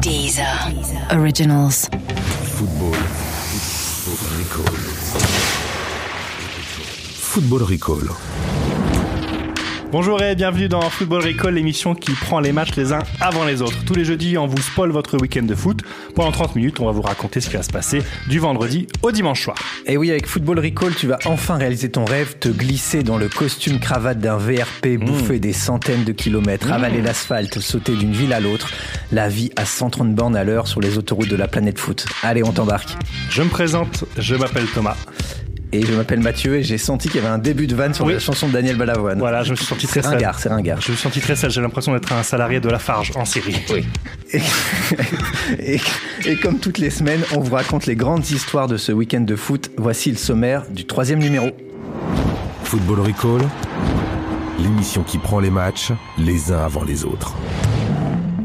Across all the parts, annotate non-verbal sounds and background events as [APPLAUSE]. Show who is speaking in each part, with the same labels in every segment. Speaker 1: Deezer. Originals.
Speaker 2: Football. Recall. Football Recall.
Speaker 3: Bonjour et bienvenue dans Football Recall, l'émission qui prend les matchs les uns avant les autres. Tous les jeudis, on vous spoil votre week-end de foot. Pendant 30 minutes, on va vous raconter ce qui va se passer du vendredi au dimanche soir.
Speaker 4: Et oui, avec Football Recall, tu vas enfin réaliser ton rêve, te glisser dans le costume cravate d'un VRP,
Speaker 3: Mm.
Speaker 4: bouffer des centaines de kilomètres, avaler l'asphalte, sauter d'une ville à l'autre. La vie à 130 bornes à l'heure sur les autoroutes de la planète foot. Allez, on t'embarque.
Speaker 3: Je me présente, je m'appelle Thomas.
Speaker 4: Et je m'appelle Mathieu et j'ai senti qu'il y avait un début de vanne sur
Speaker 3: Oui.
Speaker 4: la chanson de Daniel Balavoine.
Speaker 3: Voilà, je me suis senti très
Speaker 4: C'est
Speaker 3: sale.
Speaker 4: ringard, c'est ringard.
Speaker 3: Je me suis senti très sale, j'ai l'impression d'être un salarié de la Farge en série. Oui.
Speaker 4: Et, et- et comme toutes les semaines, on vous raconte les grandes histoires de ce week-end de foot. Voici le sommaire du troisième numéro.
Speaker 2: Football Recall. L'émission qui prend les matchs les uns avant les autres.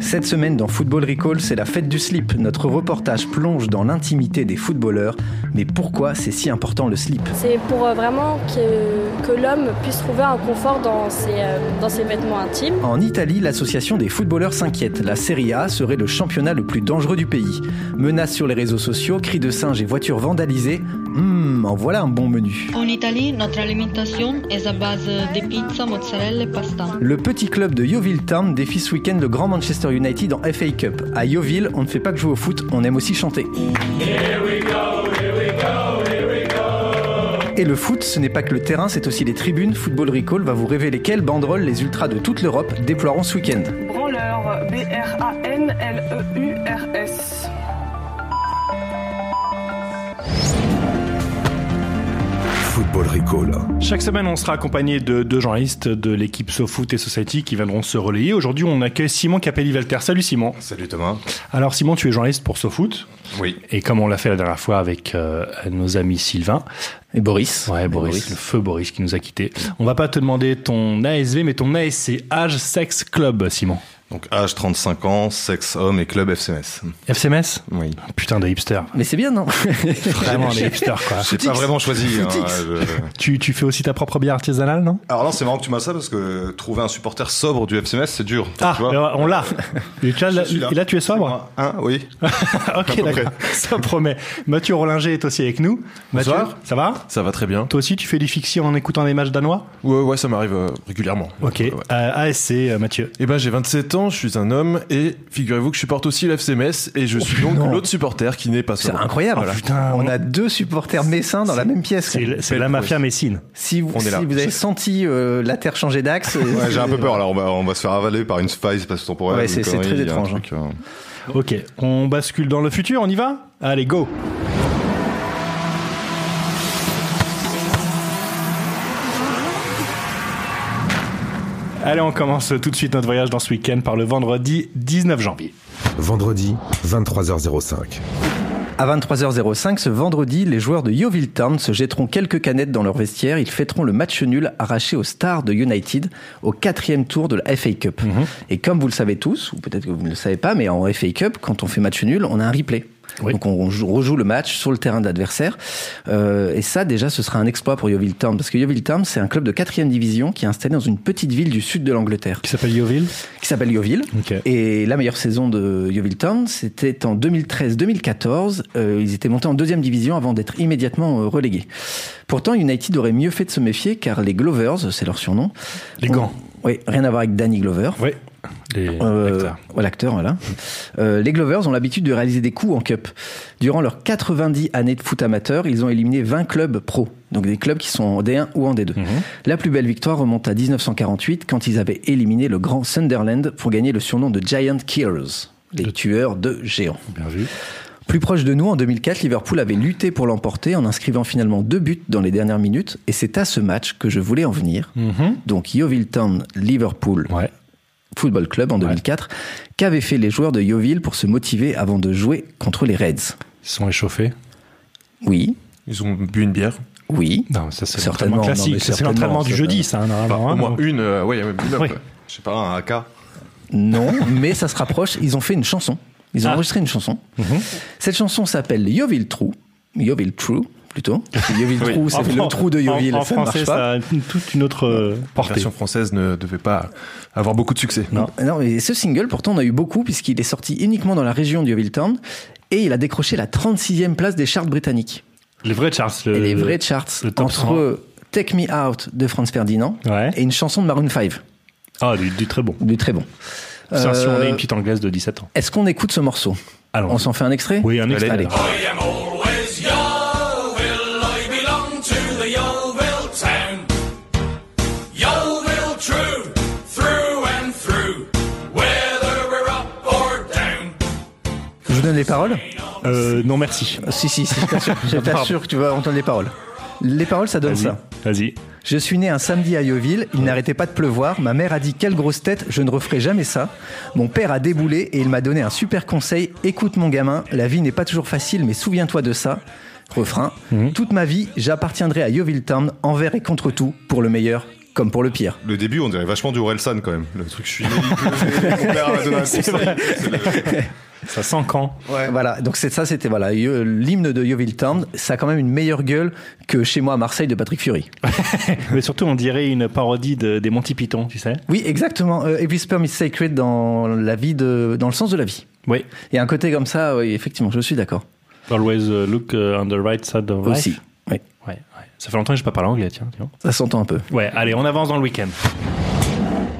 Speaker 4: Cette semaine dans Football Recall, c'est la fête du slip. Notre reportage plonge dans l'intimité des footballeurs. Mais pourquoi c'est si important le slip
Speaker 5: C'est pour euh, vraiment que, que l'homme puisse trouver un confort dans ses, euh, dans ses vêtements intimes.
Speaker 4: En Italie, l'association des footballeurs s'inquiète. La Serie A serait le championnat le plus dangereux du pays. Menaces sur les réseaux sociaux, cris de singes et voitures vandalisées. Hum, en voilà un bon menu.
Speaker 6: En Italie, notre alimentation est à base de pizza, mozzarella et pasta.
Speaker 4: Le petit club de Yeovil Town défie ce week-end le grand Manchester United en FA Cup. À Yeovil, on ne fait pas que jouer au foot, on aime aussi chanter. Et le foot, ce n'est pas que le terrain, c'est aussi les tribunes. Football Recall va vous révéler quelles banderoles les ultras de toute l'Europe déploieront ce week-end.
Speaker 7: Branleur, B-R-A-N-L-E-U-R-S.
Speaker 2: Football Recall.
Speaker 3: Chaque semaine, on sera accompagné de deux journalistes de l'équipe SoFoot et Society qui viendront se relayer. Aujourd'hui, on accueille Simon Capelli-Velter. Salut Simon.
Speaker 8: Salut Thomas.
Speaker 3: Alors Simon, tu es journaliste pour SoFoot.
Speaker 8: Oui.
Speaker 3: Et comme on l'a fait la dernière fois avec euh, nos amis Sylvain,
Speaker 4: Et Boris.
Speaker 3: Ouais,
Speaker 4: Et
Speaker 3: Boris, le feu Boris qui nous a quittés. On va pas te demander ton ASV, mais ton ASC, Age Sex Club, Simon.
Speaker 8: Donc âge 35 ans, sexe homme et club FCMS.
Speaker 3: FCMS
Speaker 8: Oui.
Speaker 3: Putain, des hipsters.
Speaker 4: Mais c'est bien, non
Speaker 3: [LAUGHS] Vraiment des hipsters, [LAUGHS] quoi.
Speaker 8: J'ai pas [LAUGHS] vraiment choisi. hein,
Speaker 4: Footix.
Speaker 8: je-
Speaker 3: Tu, tu fais aussi ta propre bière artisanale, non
Speaker 8: Alors non, c'est marrant que tu m'as ça parce que trouver un supporter sobre du FCMS, c'est dur.
Speaker 3: Ah,
Speaker 8: tu vois
Speaker 3: alors, on l'a. Et tu as-
Speaker 8: Je suis là.
Speaker 3: et là, tu es sobre Ah,
Speaker 8: Hein, oui.
Speaker 3: Ok, d'accord. [LAUGHS] Ça promet. Mathieu Rollinger est aussi avec nous. Mathieu,
Speaker 9: Bonsoir.
Speaker 3: ça va
Speaker 9: Ça va très bien.
Speaker 3: Toi aussi, tu fais des fictions en écoutant des matchs danois
Speaker 9: Ouais, ouais, ça m'arrive euh, régulièrement.
Speaker 3: Ok.
Speaker 9: Ouais.
Speaker 3: Euh, ASC, euh, Mathieu.
Speaker 9: Eh ben, j'ai 27 ans, je suis un homme et figurez-vous que je supporte aussi l'FCMS et je suis donc
Speaker 4: non.
Speaker 9: l'autre supporter qui n'est
Speaker 4: [LAUGHS]
Speaker 9: pas
Speaker 4: C'est
Speaker 9: seul.
Speaker 4: incroyable.
Speaker 3: Oh, putain,
Speaker 4: on a deux supporters messins dans la même pièce.
Speaker 3: C'est c'est la
Speaker 9: prouesse.
Speaker 3: mafia messine.
Speaker 4: Si vous,
Speaker 9: On est
Speaker 4: si
Speaker 9: là.
Speaker 4: vous avez senti euh, la Terre changer d'axe,
Speaker 8: Ouais, j'ai un peu peur. Alors on va, on va se faire avaler par une spice parce temporaire.
Speaker 4: Ouais,
Speaker 8: une
Speaker 4: c'est- c'est
Speaker 8: connerie,
Speaker 4: très
Speaker 8: il y a un
Speaker 4: étrange,
Speaker 8: truc, euh,
Speaker 3: Ok, on bascule dans le futur, on y va Allez, go Allez, on commence tout de suite notre voyage dans ce week-end par le vendredi 19 janvier.
Speaker 2: Vendredi, 23h05.
Speaker 4: À 23h05 ce vendredi, les joueurs de Yeovil Town se jetteront quelques canettes dans leur vestiaire. Ils fêteront le match nul arraché aux stars de United au quatrième tour de la FA Cup. Et comme vous le savez tous, ou peut-être que vous ne le savez pas, mais en FA Cup, quand on fait match nul, on a un replay.
Speaker 3: Oui.
Speaker 4: Donc on on joue- rejoue le match sur le terrain de l'adversaire. Euh, et ça, déjà, ce sera un exploit pour Yeovil Town. Parce que Yeovil Town, c'est un club de quatrième division qui est installé dans une petite ville du sud de l'Angleterre
Speaker 3: Qui s'appelle Yeovil
Speaker 4: qui s'appelle Yeovil.
Speaker 3: Ok.
Speaker 4: Et la meilleure saison de Yeovil Town, c'était en 2013-2014. Euh, ils étaient montés en deuxième division avant d'être immédiatement euh, relégués. Pourtant, United aurait mieux fait de se méfier car les Glovers, c'est leur surnom.
Speaker 3: Les gants.
Speaker 4: Oui, rien à voir avec Danny Glover.
Speaker 3: Oui. Les
Speaker 4: Euh,
Speaker 3: acteurs.
Speaker 4: ouais, l'acteur, voilà. Euh, les Glovers ont l'habitude de réaliser des coups en cup. Durant leurs 90 années de foot amateur, ils ont éliminé 20 clubs pro, donc des clubs qui sont en D1 ou en D2.
Speaker 3: mhm.
Speaker 4: La plus belle victoire remonte à 1948 quand ils avaient éliminé le grand Sunderland pour gagner le surnom de Giant Killers, les tueurs de géants.
Speaker 3: Bien vu.
Speaker 4: Plus proche de nous, en 2004, Liverpool avait lutté pour l'emporter en inscrivant finalement deux buts dans les dernières minutes, et c'est à ce match que je voulais en venir.
Speaker 3: Mhm.
Speaker 4: Donc Yeovil Town, Liverpool,
Speaker 3: Ouais.
Speaker 4: Football Club en 2004. Qu'avaient fait les joueurs de Yeovil pour se motiver avant de jouer contre les Reds
Speaker 3: Ils sont échauffés.
Speaker 4: Oui,
Speaker 9: Ils ont bu une bière.
Speaker 4: oui.
Speaker 3: Non, ça c'est
Speaker 4: Certainement,
Speaker 3: l'entraînement
Speaker 4: non, mais
Speaker 3: classique. C'est
Speaker 4: certainement,
Speaker 3: l'entraînement du jeudi, ça. normalement,
Speaker 9: Au
Speaker 3: hein,
Speaker 8: Ah
Speaker 9: moins
Speaker 3: donc.
Speaker 9: une, euh, ouais, ouais, une heure,
Speaker 3: Oui.
Speaker 9: quoi.
Speaker 8: Je sais pas, un AK.
Speaker 4: Non, [LAUGHS] mais ça se rapproche. Ils ont fait une chanson. Ils ont
Speaker 3: Ah.
Speaker 4: enregistré une chanson. Cette chanson s'appelle Yeovil True. Yeovil True. plutôt. Yoville
Speaker 3: Oui.
Speaker 4: Trou, c'est
Speaker 3: En
Speaker 4: le
Speaker 3: Fran-
Speaker 4: trou de Yoville,
Speaker 3: En, en
Speaker 4: ça ne
Speaker 3: français,
Speaker 4: marche pas.
Speaker 3: ça a une- toute une autre euh,
Speaker 9: La
Speaker 3: portée.
Speaker 9: version française ne devait pas avoir beaucoup de succès.
Speaker 3: Non.
Speaker 4: Non, mais ce single, pourtant, on a eu beaucoup, puisqu'il est sorti uniquement dans la région de Yoville Town, et il a décroché la 36e place des charts britanniques.
Speaker 3: Les vrais Charles. le-
Speaker 4: et les vrais charts,
Speaker 3: Euh, le top
Speaker 4: entre Take Me Out de Franz Ferdinand
Speaker 3: Ouais.
Speaker 4: et une chanson de Maroon 5,
Speaker 3: Ah, du, du très bon.
Speaker 4: du très bon.
Speaker 3: Ça, si on est
Speaker 4: Euh,
Speaker 3: une petite anglaise de 17 ans.
Speaker 4: Est-ce qu'on écoute ce morceau
Speaker 3: Allons.
Speaker 4: On s'en fait un extrait
Speaker 3: Oui, un extrait.
Speaker 4: Allez.
Speaker 3: alors.
Speaker 4: Je vous donne les paroles
Speaker 3: Euh, non, merci.
Speaker 4: Ah, Si, si, si, je t'assure, je t'assure que tu vas entendre les paroles. Les paroles, ça donne
Speaker 3: Vas-y.
Speaker 4: ça.
Speaker 3: Vas-y.
Speaker 4: Je suis né un samedi à Yeovil, il n'arrêtait pas de pleuvoir, ma mère a dit quelle grosse tête, je ne referai jamais ça. Mon père a déboulé et il m'a donné un super conseil, écoute mon gamin, la vie n'est pas toujours facile mais souviens-toi de ça. Refrain, toute ma vie, j'appartiendrai à Yeovil Town, envers et contre tout, pour le meilleur comme pour le pire.
Speaker 8: Le début, on dirait vachement du Orelsan quand même. Le truc, je suis né, il pleuvait,
Speaker 3: [LAUGHS]
Speaker 8: mon père m'a donné un conseil. C'est le-
Speaker 3: Ça sent [LAUGHS] quand
Speaker 4: Voilà, donc c'est ça, c'était voilà, Yo- l'hymne de Yeovil Town, ça a quand même une meilleure gueule que chez moi à Marseille de Patrick Fury.
Speaker 3: Mais surtout, on dirait une parodie de- des Monty Python, tu sais
Speaker 4: Oui, exactement, euh, Every Sperm is Sacred dans la vie de, dans le sens de la vie.
Speaker 3: Oui.
Speaker 4: Il y a un côté comme ça, oui, effectivement, je suis d'accord.
Speaker 3: Always uh, look uh, on the right side of life.
Speaker 4: Aussi. Oui.
Speaker 3: Ouais, ouais. Ça fait longtemps que je n'ai pas parlé anglais, tiens. dis donc.
Speaker 4: Ça s'entend un peu.
Speaker 3: Ouais, allez, on avance dans le week-end.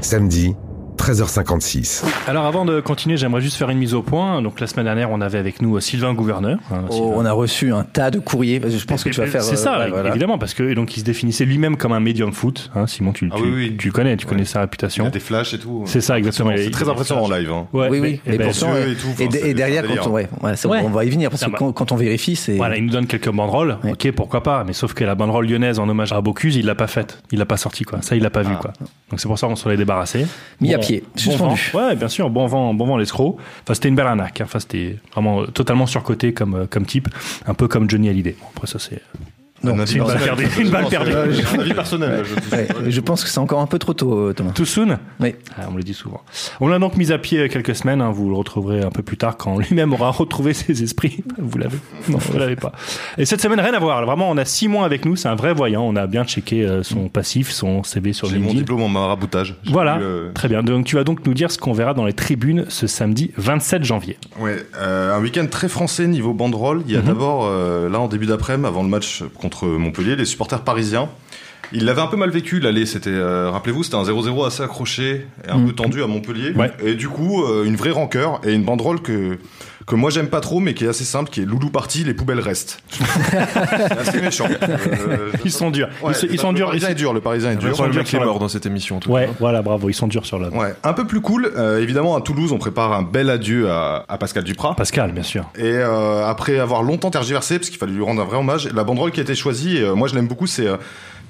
Speaker 2: Samedi, 13h56.
Speaker 3: Alors avant de continuer, j'aimerais juste faire une mise au point. Donc la semaine dernière, on avait avec nous euh, Sylvain Gouverneur. hein,
Speaker 4: Oh,
Speaker 3: Sylvain.
Speaker 4: on a reçu un tas de courriers. Je pense que tu vas faire.
Speaker 3: C'est
Speaker 4: euh,
Speaker 3: ça,
Speaker 4: ouais, voilà.
Speaker 3: évidemment, parce que donc il se définissait lui-même comme un médium foot. hein, Simon, tu,
Speaker 8: Ah
Speaker 3: tu,
Speaker 8: oui, oui.
Speaker 3: tu connais, tu connais
Speaker 8: Ouais.
Speaker 3: sa
Speaker 8: Il y a
Speaker 3: réputation.
Speaker 8: des flashs et tout.
Speaker 3: C'est ça, exactement.
Speaker 8: C'est
Speaker 3: Il-
Speaker 8: très
Speaker 3: il-
Speaker 8: impressionnant en live. hein.
Speaker 3: Ouais,
Speaker 4: Oui,
Speaker 3: mais-
Speaker 4: oui.
Speaker 3: eh
Speaker 4: Mais
Speaker 3: ben,
Speaker 4: pourtant,
Speaker 8: yeux
Speaker 4: euh,
Speaker 8: et tout,
Speaker 4: et,
Speaker 8: enfin,
Speaker 4: et
Speaker 8: c'est-
Speaker 4: derrière,
Speaker 8: c'est
Speaker 4: quand on, ouais, ouais, ça,
Speaker 3: Ouais.
Speaker 4: on va y venir parce
Speaker 3: Ah
Speaker 4: que
Speaker 3: bah.
Speaker 4: quand, quand on vérifie, c'est.
Speaker 3: Voilà, il nous donne quelques banderoles.
Speaker 4: Ouais.
Speaker 3: Ok, pourquoi pas. Mais sauf que la banderole lyonnaise en hommage à Bocuse, il l'a pas faite. Il l'a pas sortie, quoi. Ça, il l'a pas vu, quoi. Donc c'est pour ça qu'on s'en est débarrassé.
Speaker 4: Ah. Mis à pied,
Speaker 3: vent.
Speaker 4: suspendu.
Speaker 3: Ouais, bien sûr. Bon vent, bon vent l'escroc. Enfin, c'était une belle arnaque. hein. Enfin, c'était vraiment euh, totalement surcoté comme, euh, comme type. Un peu comme Johnny Hallyday. Bon, après, ça, c'est.
Speaker 8: Un
Speaker 3: c'est une balle
Speaker 8: personnel.
Speaker 3: perdue, une balle perdue.
Speaker 8: C'est un avis personnel. je-
Speaker 4: Ouais, je pense que c'est encore un peu trop tôt, euh, Thomas.
Speaker 3: Too soon
Speaker 4: Oui.
Speaker 3: Ah, on le dit souvent. On l'a donc mis à pied quelques semaines. hein. Vous le retrouverez un peu plus tard quand lui-même aura retrouvé ses esprits. [LAUGHS] Vous l'avez Non, vous l'avez pas. Et cette semaine, rien à voir. Vraiment, on a six mois avec nous. C'est un vrai voyant. On a bien checké euh, son passif, son CV sur
Speaker 8: J'ai mon
Speaker 3: LinkedIn.
Speaker 8: diplôme en maraboutage. J'ai
Speaker 3: Voilà,
Speaker 8: eu, euh,
Speaker 3: très bien. Donc tu vas donc nous dire ce qu'on verra dans les tribunes ce samedi 27 janvier.
Speaker 8: Ouais, euh, un week-end très français niveau banderole.
Speaker 3: Mhm.
Speaker 8: Il y a d'abord, euh, là en début d'après-midi, avant le match contre Montpellier, les supporters parisiens. Ils l'avaient un peu mal vécu l'aller. C'était, euh, rappelez-vous, c'était un 0-0 assez accroché et un peu tendu à Montpellier.
Speaker 3: Mhm. Ouais.
Speaker 8: Et du coup, euh, une vraie rancœur et une banderole que que moi j'aime pas trop, mais qui est assez simple, qui est Loulou parti, les poubelles
Speaker 3: [LAUGHS]
Speaker 8: restent. c'est assez méchant. Euh,
Speaker 3: Ils sont durs.
Speaker 8: ouais,
Speaker 3: ils, se- Ah, ils sont
Speaker 8: le
Speaker 3: durs.
Speaker 8: Parisien est
Speaker 3: Ils-
Speaker 8: dur. Le Parisien est
Speaker 9: Je
Speaker 8: dur.
Speaker 9: crois que le
Speaker 3: dur
Speaker 9: mec
Speaker 3: sur
Speaker 9: est
Speaker 3: la-
Speaker 9: mort dans cette émission en tout
Speaker 3: Ouais,
Speaker 9: cas.
Speaker 3: voilà, bravo. Ils sont durs sur la.
Speaker 8: Ouais, un peu plus cool. euh, évidemment, à Toulouse, on prépare un bel adieu à, à Pascal Duprat.
Speaker 3: Pascal, bien sûr.
Speaker 8: Et euh, après avoir longtemps tergiversé, parce qu'il fallait lui rendre un vrai hommage, la banderole qui a été choisie, et, euh, moi je l'aime beaucoup, c'est euh,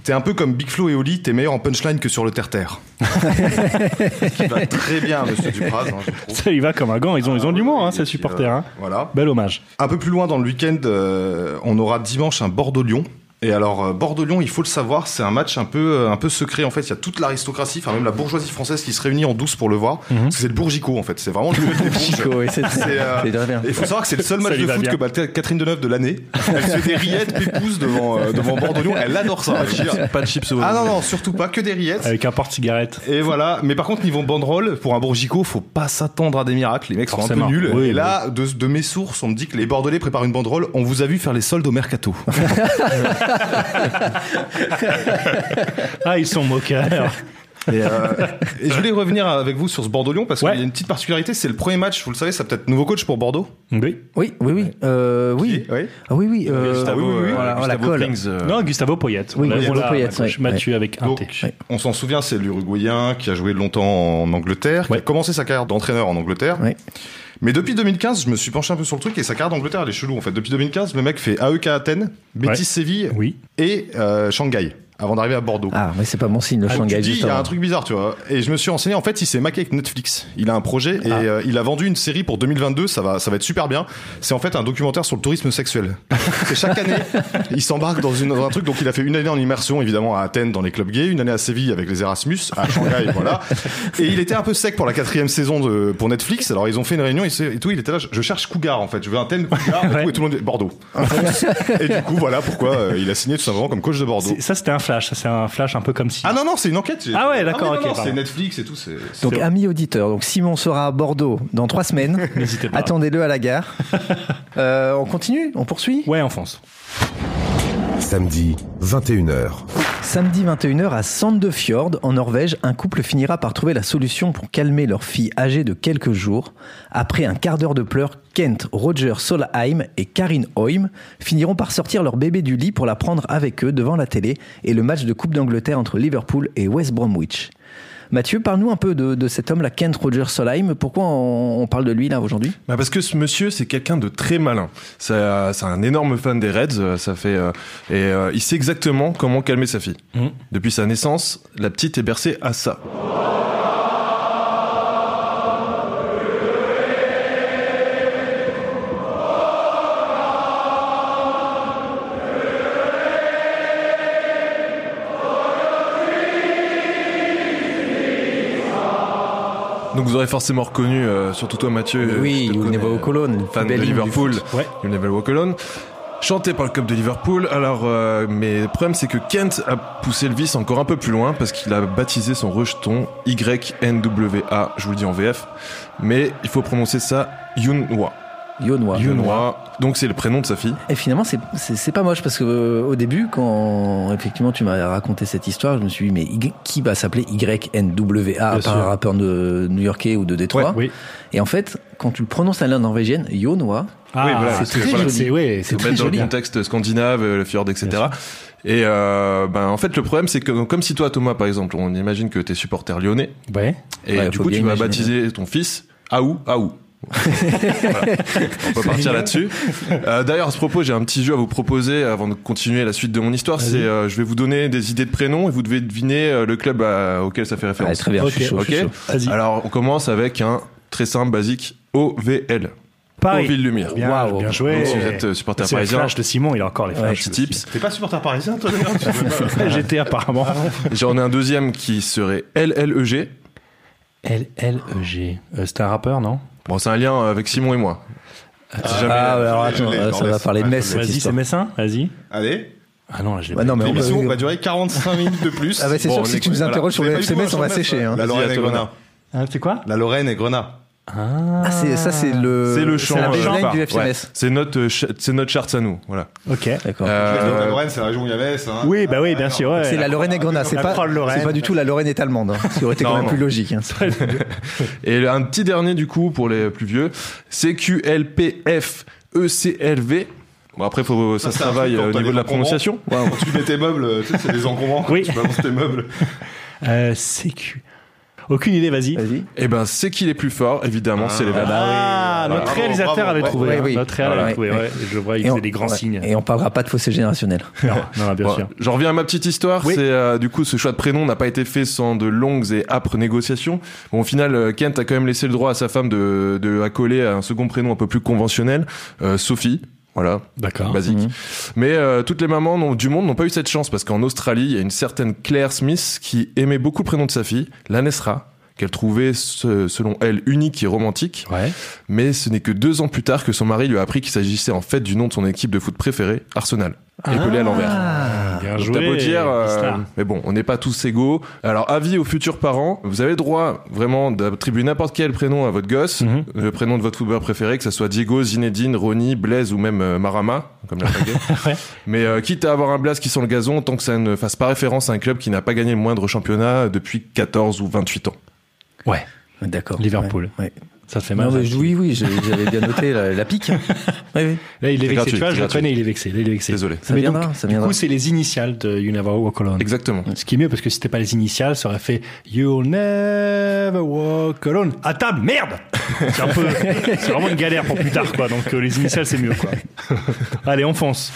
Speaker 8: T'es un peu comme Big Flo et Oli, t'es meilleur en punchline que sur le terre-terre. Ce qui va très bien, à monsieur Dupraz, hein, je trouve.
Speaker 3: Ça y va comme un gant. Ils ont, ils ont de l'humour, hein,
Speaker 8: Et
Speaker 3: ces
Speaker 8: puis,
Speaker 3: supporters.
Speaker 8: euh,
Speaker 3: hein.
Speaker 8: Voilà.
Speaker 3: Bel hommage.
Speaker 8: Un peu plus loin dans le week-end, euh, on aura dimanche un Bordeaux-Lyon. Et alors, euh, Bordeaux-Lyon, il faut le savoir, c'est un match un peu, euh, un peu secret. En fait, il y a toute l'aristocratie, enfin même la bourgeoisie française qui se réunit en douce pour le voir.
Speaker 3: Mhm.
Speaker 8: Parce que C'est le Bourgico, en fait. C'est vraiment le duel des Bourges.
Speaker 4: Chico, oui, [LAUGHS] c'est
Speaker 8: C'est, euh,
Speaker 4: c'est très bien.
Speaker 8: et Il faut savoir que c'est le seul
Speaker 3: Ça
Speaker 8: match
Speaker 3: lui
Speaker 8: de
Speaker 3: va
Speaker 8: foot
Speaker 3: bien.
Speaker 8: que bat Catherine Deneuve de l'année. Elle se fait des rillettes pépouses devant, euh, devant Bordeaux-Lyon. Elle adore ça. je veux dire.
Speaker 9: Pas de chips au
Speaker 8: Ah non, non, surtout pas, que des rillettes.
Speaker 3: Avec un porte-cigarette.
Speaker 8: Et voilà, mais par contre, niveau banderole, pour un Bourgico, faut pas s'attendre à des miracles. Les mecs sont un peu
Speaker 3: Forcément.
Speaker 8: nuls.
Speaker 3: Oui,
Speaker 8: et là, de, de mes sources, on me dit que les Bordelais préparent une banderole. On vous a vu faire les soldes au mercato.
Speaker 3: Ah, ils
Speaker 8: [LAUGHS]
Speaker 3: sont moqueurs.
Speaker 8: Et,
Speaker 3: [LAUGHS]
Speaker 8: euh, et je voulais revenir avec vous sur ce Bordeaux-Lyon parce
Speaker 3: Ouais.
Speaker 8: qu'il y a une petite particularité. C'est le premier match, vous le savez, ça peut-être nouveau coach pour Bordeaux.
Speaker 3: oui.
Speaker 4: Oui, oui, oui. Euh, oui.
Speaker 8: Oui.
Speaker 4: Ah oui, oui. euh,
Speaker 9: Gustavo,
Speaker 8: oui, oui, oui.
Speaker 9: euh,
Speaker 4: Voilà, on la
Speaker 9: Gustavo
Speaker 4: colle.
Speaker 9: Frings, euh,
Speaker 3: Non, Gustavo Poyet.
Speaker 4: Oui,
Speaker 3: On l'a-
Speaker 4: Gustavo
Speaker 3: on l'a-
Speaker 4: Poyet,
Speaker 3: Mathieu-
Speaker 4: ouais.
Speaker 3: Mathieu avec un T.
Speaker 8: Donc, on s'en souvient, c'est l'Uruguayen qui a joué longtemps en Angleterre, qui
Speaker 3: Ouais.
Speaker 8: a commencé sa carrière d'entraîneur en Angleterre.
Speaker 4: Ouais.
Speaker 8: Mais depuis 2015, je me suis penché un peu sur le truc et sa carrière d'Angleterre, elle est chelou en fait. Depuis 2015, le mec fait AEK Athènes, E Betis
Speaker 3: Ouais.
Speaker 8: Séville
Speaker 3: Oui.
Speaker 8: et euh, Shanghai. avant d'arriver à Bordeaux.
Speaker 4: Ah, mais c'est pas mon signe, le
Speaker 8: Ah, tu
Speaker 4: Shanghai,
Speaker 8: dis, il y a
Speaker 4: justement.
Speaker 8: un truc bizarre, tu vois. Et je me suis renseigné, en fait, il s'est maqué avec Netflix. Il a un projet et
Speaker 4: Ah.
Speaker 8: euh, il a vendu une série pour 2022, ça va, ça va être super bien. C'est en fait un documentaire sur le tourisme sexuel. Et chaque
Speaker 4: [LAUGHS]
Speaker 8: année, il s'embarque dans, une- dans un truc, donc il a fait une année en immersion, évidemment, à Athènes, dans les clubs gays, une année à Séville avec les Erasmus, à Shanghai,
Speaker 4: [LAUGHS]
Speaker 8: voilà. Et il était un peu sec pour la quatrième saison de, pour Netflix, alors ils ont fait une réunion et, c'est- et tout, il était là, je, je cherche Cougar, en fait, je veux un thème Cougar, et, tout, et tout le monde
Speaker 4: [LAUGHS]
Speaker 8: dit Bordeaux. et du coup, voilà pourquoi euh, il a signé tout simplement comme coach de Bordeaux.
Speaker 3: C'est- Ça, c'était un flash. Ça, c'est un flash un peu comme si.
Speaker 8: Ah non, non, c'est une enquête.
Speaker 3: Ah ouais, d'accord,
Speaker 8: mais non,
Speaker 3: ok,
Speaker 8: non,
Speaker 3: pardon.
Speaker 8: c'est Netflix et tout. c'est- c'est-
Speaker 4: Donc, amis auditeurs, donc Simon sera à Bordeaux dans trois semaines.
Speaker 3: [LAUGHS] N'hésitez pas.
Speaker 4: Attendez-le à la
Speaker 3: [LAUGHS]
Speaker 4: gare. Euh, on continue On poursuit
Speaker 3: Ouais, en France.
Speaker 2: Samedi, 21h.
Speaker 4: Samedi 21h à Sandefjord, en Norvège, un couple finira par trouver la solution pour calmer leur fille âgée de quelques jours. Après un quart d'heure de pleurs, Kent, Roger Solheim et Karin Hoym finiront par sortir leur bébé du lit pour la prendre avec eux devant la télé et le match de Coupe d'Angleterre entre Liverpool et West Bromwich. Mathieu, parle-nous un peu de, de cet homme-là, Kent Roger Solheim. Pourquoi on, on parle de lui là aujourd'hui
Speaker 9: Bah, parce que ce monsieur, c'est quelqu'un de très malin. C'est euh, c'est un énorme fan des Reds. euh, Ça fait euh, et euh, il sait exactement comment calmer sa fille.
Speaker 3: Mhm.
Speaker 9: Depuis sa naissance, la petite est bercée à ça. Donc vous aurez forcément reconnu, euh, surtout toi Mathieu. je te connais, euh,
Speaker 4: Cologne,
Speaker 9: fan de Liverpool.
Speaker 3: Ouais.
Speaker 9: You Never Walk Alone. Chanté par le club de Liverpool. Alors, euh, mais le problème, c'est que Kent a poussé le vice encore un peu plus loin parce qu'il a baptisé son rejeton YNWA. Je vous le dis en VF. Mais il faut prononcer ça Yunwa. Yunwa. Donc, c'est le prénom de sa fille.
Speaker 4: Et finalement, c'est- c'est c'est pas moche parce que euh, au début, quand effectivement tu m'as raconté cette histoire, je me suis dit mais Y- qui va s'appeler YNWA à
Speaker 9: Bien
Speaker 4: part
Speaker 9: sûr.
Speaker 4: un rappeur de New-Yorkais ou de Détroit
Speaker 3: oui.
Speaker 4: Et en fait, quand tu le prononces à la norvégienne, Yonoa,
Speaker 3: Ah,
Speaker 9: Oui, voilà,
Speaker 3: c'est
Speaker 9: c'est-
Speaker 3: très
Speaker 9: voilà,
Speaker 3: joli.
Speaker 4: c'est-
Speaker 3: ouais,
Speaker 4: C'est
Speaker 9: Faut
Speaker 4: très
Speaker 9: mettre dans
Speaker 4: joli.
Speaker 9: le contexte scandinave, euh, le fjord, etc.
Speaker 3: Bien
Speaker 9: Et euh, ben, en fait, le problème, c'est que comme si toi, Thomas, par exemple, on imagine que t'es supporter lyonnais
Speaker 3: Ouais.
Speaker 9: et
Speaker 4: Ouais,
Speaker 9: du
Speaker 4: faut
Speaker 9: coup,
Speaker 4: bien
Speaker 9: tu vas
Speaker 4: imaginer.
Speaker 9: baptiser ton fils Aou
Speaker 4: [LAUGHS]
Speaker 9: Aou. Voilà. On peut partir là-dessus. Euh, D'ailleurs, à ce propos, j'ai un petit jeu à vous proposer avant de continuer la suite de mon histoire. C'est, euh, je vais vous donner des idées de prénoms et vous devez deviner euh, le club à- auquel ça fait
Speaker 4: Ah,
Speaker 9: référence.
Speaker 4: très bien, je suis
Speaker 3: Ok,
Speaker 4: chaud. je
Speaker 9: ok.
Speaker 4: suis chaud.
Speaker 3: Vas-y.
Speaker 9: Alors, on commence avec un très simple, basique OVL.
Speaker 3: Paris.
Speaker 9: Ville Lumière.
Speaker 3: Bien,
Speaker 4: Waouh.
Speaker 3: bien joué.
Speaker 9: Donc, si vous êtes euh, supporter
Speaker 3: C'est le
Speaker 9: parisien,
Speaker 3: flash de Simon, il a encore les
Speaker 4: Ouais,
Speaker 3: flashs.
Speaker 9: petit tips.
Speaker 8: T'es pas supporter parisien, toi d'ailleurs Tu veux pas-
Speaker 3: [LAUGHS] J'étais apparemment.
Speaker 9: J'en ai un deuxième qui serait E LLEG.
Speaker 4: E
Speaker 3: LLEG. Euh, C'était un rappeur, non
Speaker 9: Bon, c'est un lien euh, avec Simon et moi. Si jamais-
Speaker 4: Ah, ouais, alors
Speaker 8: je l'ai,
Speaker 4: attends,
Speaker 8: je l'ai,
Speaker 4: euh, ça
Speaker 8: Nordès.
Speaker 4: va parler de Metz cette
Speaker 3: Vas-y, c'est
Speaker 4: histoire.
Speaker 3: Messin Vas-y.
Speaker 8: Allez,
Speaker 3: Ah non, là, je l'ai
Speaker 9: Bah,
Speaker 4: Ouais,
Speaker 3: pas.
Speaker 4: non, mais on
Speaker 8: l'émission
Speaker 4: peut-
Speaker 8: va durer 45 minutes de plus.
Speaker 4: Ah bah, c'est
Speaker 9: Bon,
Speaker 4: sûr
Speaker 9: on
Speaker 4: que si
Speaker 9: est-
Speaker 4: tu nous
Speaker 9: voilà.
Speaker 4: interroges sur
Speaker 8: Vous
Speaker 4: le
Speaker 8: avez
Speaker 4: FC
Speaker 8: pas eu
Speaker 4: Metz, on va
Speaker 8: Jean-Bess,
Speaker 4: sécher.
Speaker 8: hein.
Speaker 4: hein.
Speaker 9: Vas-y,
Speaker 8: La Lorraine et
Speaker 9: à toi,
Speaker 8: Grenat.
Speaker 3: Ah, c'est quoi
Speaker 8: La Lorraine et Grenat.
Speaker 3: ah.
Speaker 4: Ah, c'est- ça, c'est le.
Speaker 9: C'est le chant,
Speaker 4: la
Speaker 9: euh,
Speaker 4: baseline
Speaker 9: chant,
Speaker 4: du FC
Speaker 9: ouais.
Speaker 4: Metz.
Speaker 9: C'est notre, euh, ch- c'est notre charte à nous. Voilà.
Speaker 3: Ok.
Speaker 4: D'accord.
Speaker 9: Euh,
Speaker 8: La Lorraine, c'est la région où il y avait ça. hein.
Speaker 3: Oui, bah oui, bien sûr. ouais.
Speaker 4: c'est la Lorraine et Grenat, c'est
Speaker 3: la
Speaker 4: pas,
Speaker 3: Croix de Lorraine.
Speaker 4: c'est pas du tout la Lorraine est allemande. hein. Ça aurait été quand
Speaker 9: Non,
Speaker 4: même
Speaker 9: non.
Speaker 4: plus logique.
Speaker 3: [LAUGHS]
Speaker 4: hein.
Speaker 9: Et un petit dernier du coup pour les plus vieux, CQLPF ECLV. Bon après faut ça,
Speaker 8: Ça,
Speaker 9: se
Speaker 8: Ah, c'est un
Speaker 9: travaille
Speaker 8: truc quand
Speaker 9: au
Speaker 8: t'as
Speaker 9: niveau
Speaker 8: des
Speaker 9: de la
Speaker 8: encombrants.
Speaker 9: prononciation.
Speaker 8: Quand [LAUGHS] tu mets tes meubles, tu sais, c'est des encombrants.
Speaker 3: Oui.
Speaker 8: Tu balances tes meubles.
Speaker 3: Euh, CQ. Aucune idée, vas-y.
Speaker 4: Vas-y.
Speaker 9: Et ben c'est qui les plus forts évidemment, c'est les
Speaker 8: Ah,
Speaker 9: Verts.
Speaker 3: Ah,
Speaker 8: bah oui.
Speaker 3: notre
Speaker 8: Bravo,
Speaker 3: réalisateur
Speaker 8: bravo,
Speaker 3: avait
Speaker 8: ouais.
Speaker 3: trouvé.
Speaker 4: Oui,
Speaker 3: hein.
Speaker 4: oui.
Speaker 3: Notre réal
Speaker 9: Voilà.
Speaker 3: avait trouvé. ouais. Je vois, il
Speaker 4: Et on-
Speaker 3: faisait des grands
Speaker 4: ouais.
Speaker 3: signes.
Speaker 4: Et on parlera pas de fossé générationnel.
Speaker 3: Non, non, bien
Speaker 9: Bon,
Speaker 3: sûr.
Speaker 9: J'en reviens à ma petite histoire.
Speaker 3: Oui.
Speaker 9: C'est euh, du coup ce choix de prénom n'a pas été fait sans de longues et âpres négociations. Bon, au final, euh, Kent a quand même laissé le droit à sa femme de, de accoler à un second prénom un peu plus conventionnel, euh, Sophie. Voilà,
Speaker 3: D'accord.
Speaker 9: basique.
Speaker 4: Mhm.
Speaker 9: Mais euh, toutes les mamans n'ont- du monde n'ont pas eu cette chance parce qu'en Australie, il y a une certaine Claire Smith qui aimait beaucoup le prénom de sa fille, la Nesra, qu'elle trouvait ce- selon elle unique et romantique.
Speaker 3: Ouais.
Speaker 9: Mais ce n'est que deux ans plus tard que son mari lui a appris qu'il s'agissait en fait du nom de son équipe de foot préférée, Arsenal, épelé à l'envers.
Speaker 4: Ah.
Speaker 3: Bien
Speaker 9: Donc, T'as
Speaker 3: joué.
Speaker 9: beau dire, euh,
Speaker 3: Istar.
Speaker 9: mais bon, on n'est pas tous égaux. Alors, avis aux futurs parents, vous avez le droit vraiment d'attribuer n'importe quel prénom à votre gosse,
Speaker 3: Mhm.
Speaker 9: le prénom de votre footballeur préféré, que ce soit Diego, Zinedine, Ronnie, Blaise ou même euh, Marama, comme la pagaie.
Speaker 3: [LAUGHS] Ouais.
Speaker 9: Mais euh, quitte à avoir un Blaise qui sent le gazon, tant que ça ne fasse pas référence à un club qui n'a pas gagné le moindre championnat depuis 14 ou 28 ans.
Speaker 3: Ouais.
Speaker 4: D'accord.
Speaker 3: Liverpool. hein.
Speaker 4: Ouais, ouais.
Speaker 3: Ça fait mal.
Speaker 4: Non, mais
Speaker 3: ça.
Speaker 4: je- oui, oui, j'ai- j'avais bien noté la, la
Speaker 3: [LAUGHS]
Speaker 4: pique. Oui, oui.
Speaker 9: C'est
Speaker 3: Là, il est vexé.
Speaker 9: gratuit,
Speaker 3: Tu vois,
Speaker 9: c'est
Speaker 3: je le
Speaker 9: gratuit.
Speaker 3: connais, il est vexé. Là, il est vexé.
Speaker 9: Désolé.
Speaker 4: Ça
Speaker 3: Mais
Speaker 4: viendra,
Speaker 3: donc,
Speaker 4: ça
Speaker 3: du
Speaker 4: viendra.
Speaker 3: coup, c'est les initiales de You Never Walk Alone.
Speaker 9: Exactement.
Speaker 3: Ce qui est mieux, parce que si c'était pas les initiales, ça aurait fait You'll never walk alone. À table, merde C'est un peu, c'est vraiment une galère pour plus tard, quoi. Donc euh, les initiales, c'est mieux, quoi. Allez, on fonce.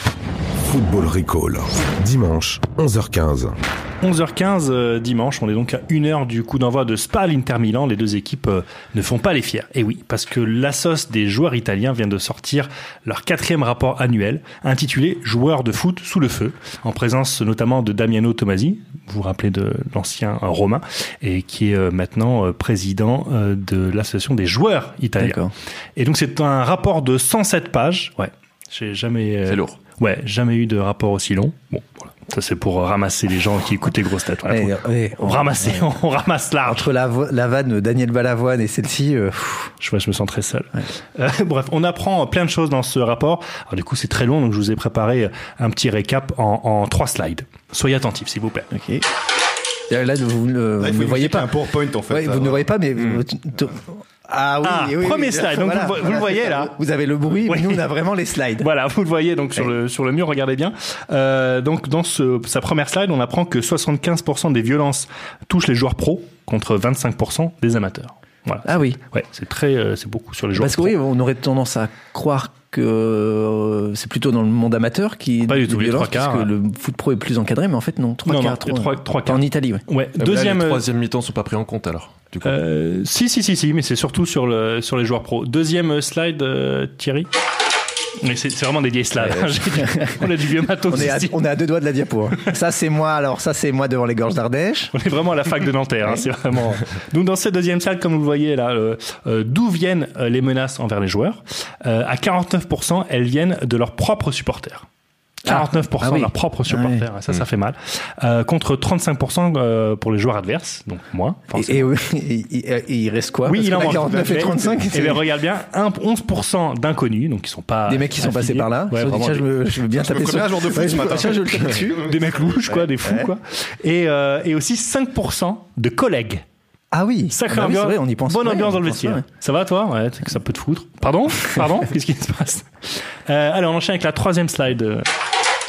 Speaker 2: Football Recall. Dimanche, 11h15.
Speaker 3: 11h15 euh, dimanche, on est donc à 1h du coup d'envoi de Spal Inter Milan. Les deux équipes euh, ne font pas les fiers. Et oui, parce que l'assos des joueurs italiens vient de sortir leur quatrième rapport annuel intitulé Joueurs de foot sous le feu, en présence notamment de Damiano Tomasi, vous vous rappelez de l'ancien euh, romain, et qui est euh, maintenant euh, président euh, de l'association des joueurs italiens.
Speaker 4: D'accord.
Speaker 3: Et donc c'est un rapport de 107 pages. Ouais, j'ai jamais. euh,
Speaker 9: C'est lourd.
Speaker 3: Ouais, jamais eu de rapport aussi long. Bon, voilà. Ça, c'est pour euh, ramasser les gens qui écoutent les grosses têtes. Voilà,
Speaker 4: Eh,
Speaker 3: pour-
Speaker 4: eh,
Speaker 3: on, ramasse, [LAUGHS] on ramasse large.
Speaker 4: Entre la, vo- la vanne Daniel Balavoine et celle-ci, euh, pff,
Speaker 3: Je vois, je me sens très seul. Euh, bref, on apprend plein de choses dans ce rapport. Alors, du coup, c'est très long, donc je vous ai préparé un petit récap en, en trois slides. Soyez attentifs, s'il vous plaît.
Speaker 4: ok. Là, là, vous ne, vous
Speaker 8: Ah, il faut
Speaker 4: ne
Speaker 8: expliquer
Speaker 4: voyez
Speaker 8: un
Speaker 4: pas.
Speaker 8: PowerPoint en fait. hein.
Speaker 4: Ouais, vous ne voyez pas, mais. vous- t- t- Ah oui,
Speaker 3: Mm. Ah,
Speaker 4: oui, oui,
Speaker 3: premier
Speaker 4: oui.
Speaker 3: slide, donc vous le vo- vous le voyez, là
Speaker 4: Vous avez le bruit,
Speaker 3: Oui.
Speaker 4: mais nous on a vraiment les slides.
Speaker 3: [LAUGHS] Voilà, vous le voyez donc sur le sur le mur, regardez bien. Euh, donc dans ce, sa première slide, on apprend que 75% des violences touchent les joueurs pros contre 25% des amateurs. Voilà.
Speaker 4: Ah oui.
Speaker 3: Ouais, c'est très euh, c'est beaucoup sur les joueurs
Speaker 4: Parce que
Speaker 3: pros.
Speaker 4: oui, on aurait tendance à croire que euh, c'est plutôt dans le monde amateur qui
Speaker 3: Pas du tout, les trois quarts,
Speaker 4: parce que
Speaker 3: hein.
Speaker 4: le foot pro est plus encadré, mais en fait non, trois
Speaker 3: Non, non,
Speaker 4: quarts,
Speaker 3: les trois- trois quarts.
Speaker 4: en Italie, ouais.
Speaker 3: Ouais,
Speaker 9: Ah, mais là,
Speaker 3: deuxième
Speaker 9: les
Speaker 3: euh,
Speaker 9: troisième mi-temps sont pas pris en compte alors. Du coup.
Speaker 3: euh, si si si si, mais c'est surtout sur le sur les joueurs pros. Deuxième euh, slide euh, Thierry. Mais c'est c'est vraiment des vieilles slides. hein, j'ai dit. on a du vieux
Speaker 4: [LAUGHS]
Speaker 3: matos.
Speaker 4: On
Speaker 3: [LAUGHS]
Speaker 4: est, à,
Speaker 3: ici.
Speaker 4: on est à deux doigts de la diapo. hein. Ça c'est moi, alors ça c'est moi devant les gorges d'Ardèche.
Speaker 3: On est vraiment à la fac de Nanterre, hein, c'est vraiment. Donc dans cette deuxième salle, comme vous le voyez là, euh, euh, d'où viennent euh, les menaces envers les joueurs Euh, À 49%, elles viennent de leurs propres supporters. 49%
Speaker 4: Ah, ah oui.
Speaker 3: de leurs propres supporters, ça, ça fait mal. Euh, contre 35% euh, pour les joueurs adverses, donc moi.
Speaker 4: Et, et oui, [LAUGHS] et- et- et il reste quoi
Speaker 3: oui,
Speaker 4: Parce
Speaker 3: il
Speaker 4: que
Speaker 3: en
Speaker 4: la
Speaker 3: manque.
Speaker 4: 49 et
Speaker 3: Mais-
Speaker 4: 35.
Speaker 3: Eh
Speaker 4: c'est
Speaker 3: bien, regarde bien, un- 11% d'inconnus, donc qui sont pas.
Speaker 4: Des mecs qui sont passés
Speaker 3: affiliés.
Speaker 4: par là.
Speaker 3: Ah,
Speaker 4: Ils se
Speaker 3: Ouais,
Speaker 4: sont dit,
Speaker 3: vraiment
Speaker 4: tiens, je, me- je veux bien taper
Speaker 8: me
Speaker 4: sur.
Speaker 8: connais un jour de foot
Speaker 4: Ouais,
Speaker 8: ce
Speaker 4: je-
Speaker 8: matin.
Speaker 4: tiens,
Speaker 3: [LAUGHS]
Speaker 4: je le tape dessus.
Speaker 3: des mecs louches, quoi, des fous, quoi. Et, euh, et aussi 5% de collègues.
Speaker 4: Ah oui.
Speaker 3: Sacré
Speaker 4: Ah bah oui, c'est
Speaker 3: ambiance.
Speaker 4: vrai, on y pense.
Speaker 3: Bonne
Speaker 4: pas,
Speaker 3: ambiance
Speaker 4: on
Speaker 3: dans le
Speaker 4: y pense pas,
Speaker 3: vestiaire.
Speaker 4: ouais.
Speaker 3: Ça va toi Ouais, t'es que ça peut te foutre. Pardon Pardon [LAUGHS] Qu'est-ce qui se passe Euh, Allez, on enchaîne avec la troisième slide. euh.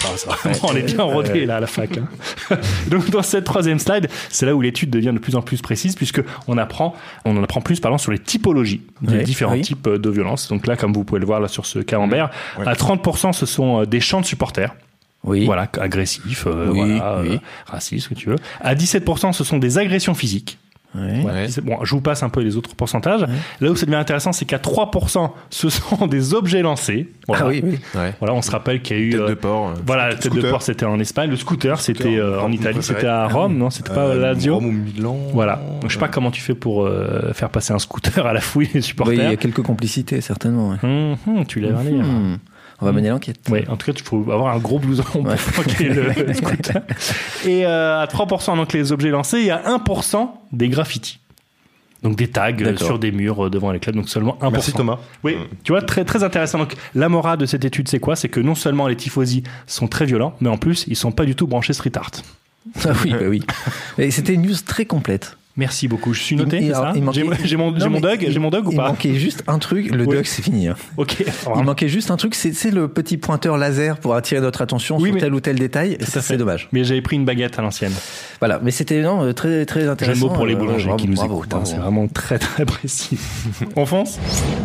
Speaker 3: Ah, ça va, [LAUGHS] on est bien rodé là à la fac. hein. [LAUGHS] Donc dans cette troisième slide, c'est là où l'étude devient de plus en plus précise puisque on apprend, on en apprend plus parlant sur les typologies des
Speaker 4: Ouais,
Speaker 3: différents
Speaker 4: oui.
Speaker 3: types euh, de violences. Donc là, comme vous pouvez le voir là sur ce camembert, à 30% ce sont euh, des chants de supporters.
Speaker 4: Oui.
Speaker 3: Voilà, agressifs, euh,
Speaker 4: Oui,
Speaker 3: voilà, euh,
Speaker 4: oui.
Speaker 3: racistes, ce que tu veux. À 17%, ce sont des agressions physiques.
Speaker 4: Ouais.
Speaker 3: Voilà.
Speaker 9: Ouais.
Speaker 3: Puis c'est- Bon, je vous passe un peu les autres pourcentages. Là où ça devient intéressant, c'est qu'à 3%, ce sont des objets lancés. Voilà.
Speaker 4: Ah oui, oui.
Speaker 9: Ouais.
Speaker 3: Voilà, on se rappelle qu'il y a eu.
Speaker 9: Tête
Speaker 3: euh,
Speaker 9: de porc. euh.
Speaker 3: voilà, la tête de
Speaker 8: Scooter.
Speaker 3: porc, c'était en Espagne. Le scooter, c'était euh, en
Speaker 8: mon
Speaker 3: Italie,
Speaker 8: préféré.
Speaker 3: c'était à Rome, non C'était pas à Lazio
Speaker 8: Rome ou Milan.
Speaker 3: Voilà. Donc, je sais pas comment tu fais pour euh, faire passer un scooter à la fouille des
Speaker 4: Oui, il
Speaker 3: supporters.
Speaker 4: y a quelques complicités certainement. ouais.
Speaker 3: Hum, hum, tu l'as venir.
Speaker 4: Hmm. On va mener
Speaker 3: Mhm.
Speaker 4: l'enquête.
Speaker 3: Ouais, en tout cas, tu faut avoir un gros blouson pour croquer
Speaker 4: [LAUGHS]
Speaker 3: le scooter. Et euh, à 3%, donc les objets lancés, il y a 1% des graffitis. Donc des tags euh,
Speaker 4: D'accord. Mm.
Speaker 3: sur des murs euh, devant les clubs, donc seulement 1%.
Speaker 8: Merci Thomas.
Speaker 3: Oui, tu vois, très, très intéressant. Donc la morale de cette étude, c'est quoi C'est que non seulement les tifosi sont très violents, mais en plus, ils sont pas du tout branchés street art.
Speaker 4: Ah oui, bah
Speaker 3: [LAUGHS]
Speaker 4: oui. Et c'était une news très complète.
Speaker 3: Merci beaucoup. Je suis noté,
Speaker 4: Il- il-
Speaker 3: c'est ça
Speaker 4: il manquait-
Speaker 3: J'ai mon, j'ai mon,
Speaker 4: Non,
Speaker 3: j'ai
Speaker 4: mais
Speaker 3: mon dog,
Speaker 4: il-
Speaker 3: j'ai mon dog ou
Speaker 4: Il
Speaker 3: pas
Speaker 4: manquait juste un truc. Le
Speaker 3: Oui.
Speaker 4: dog, c'est fini. hein.
Speaker 3: Ok.
Speaker 4: Il manquait juste un truc. C'est c'est le petit pointeur laser pour attirer notre attention
Speaker 3: Oui,
Speaker 4: sur
Speaker 3: mais-
Speaker 4: tel ou tel détail.
Speaker 3: Tout à
Speaker 4: C'est
Speaker 3: fait.
Speaker 4: c'est dommage.
Speaker 3: Mais j'avais pris une baguette à l'ancienne.
Speaker 4: Voilà. Mais c'était non, euh, très très
Speaker 3: J'ai le
Speaker 4: intéressant.
Speaker 3: mot pour les
Speaker 4: Euh,
Speaker 3: boulangers
Speaker 4: bravo,
Speaker 3: qui nous
Speaker 4: bravo,
Speaker 3: écoutent. hein,
Speaker 4: bravo.
Speaker 3: C'est vraiment très très
Speaker 4: [LAUGHS]
Speaker 3: précis. On fonce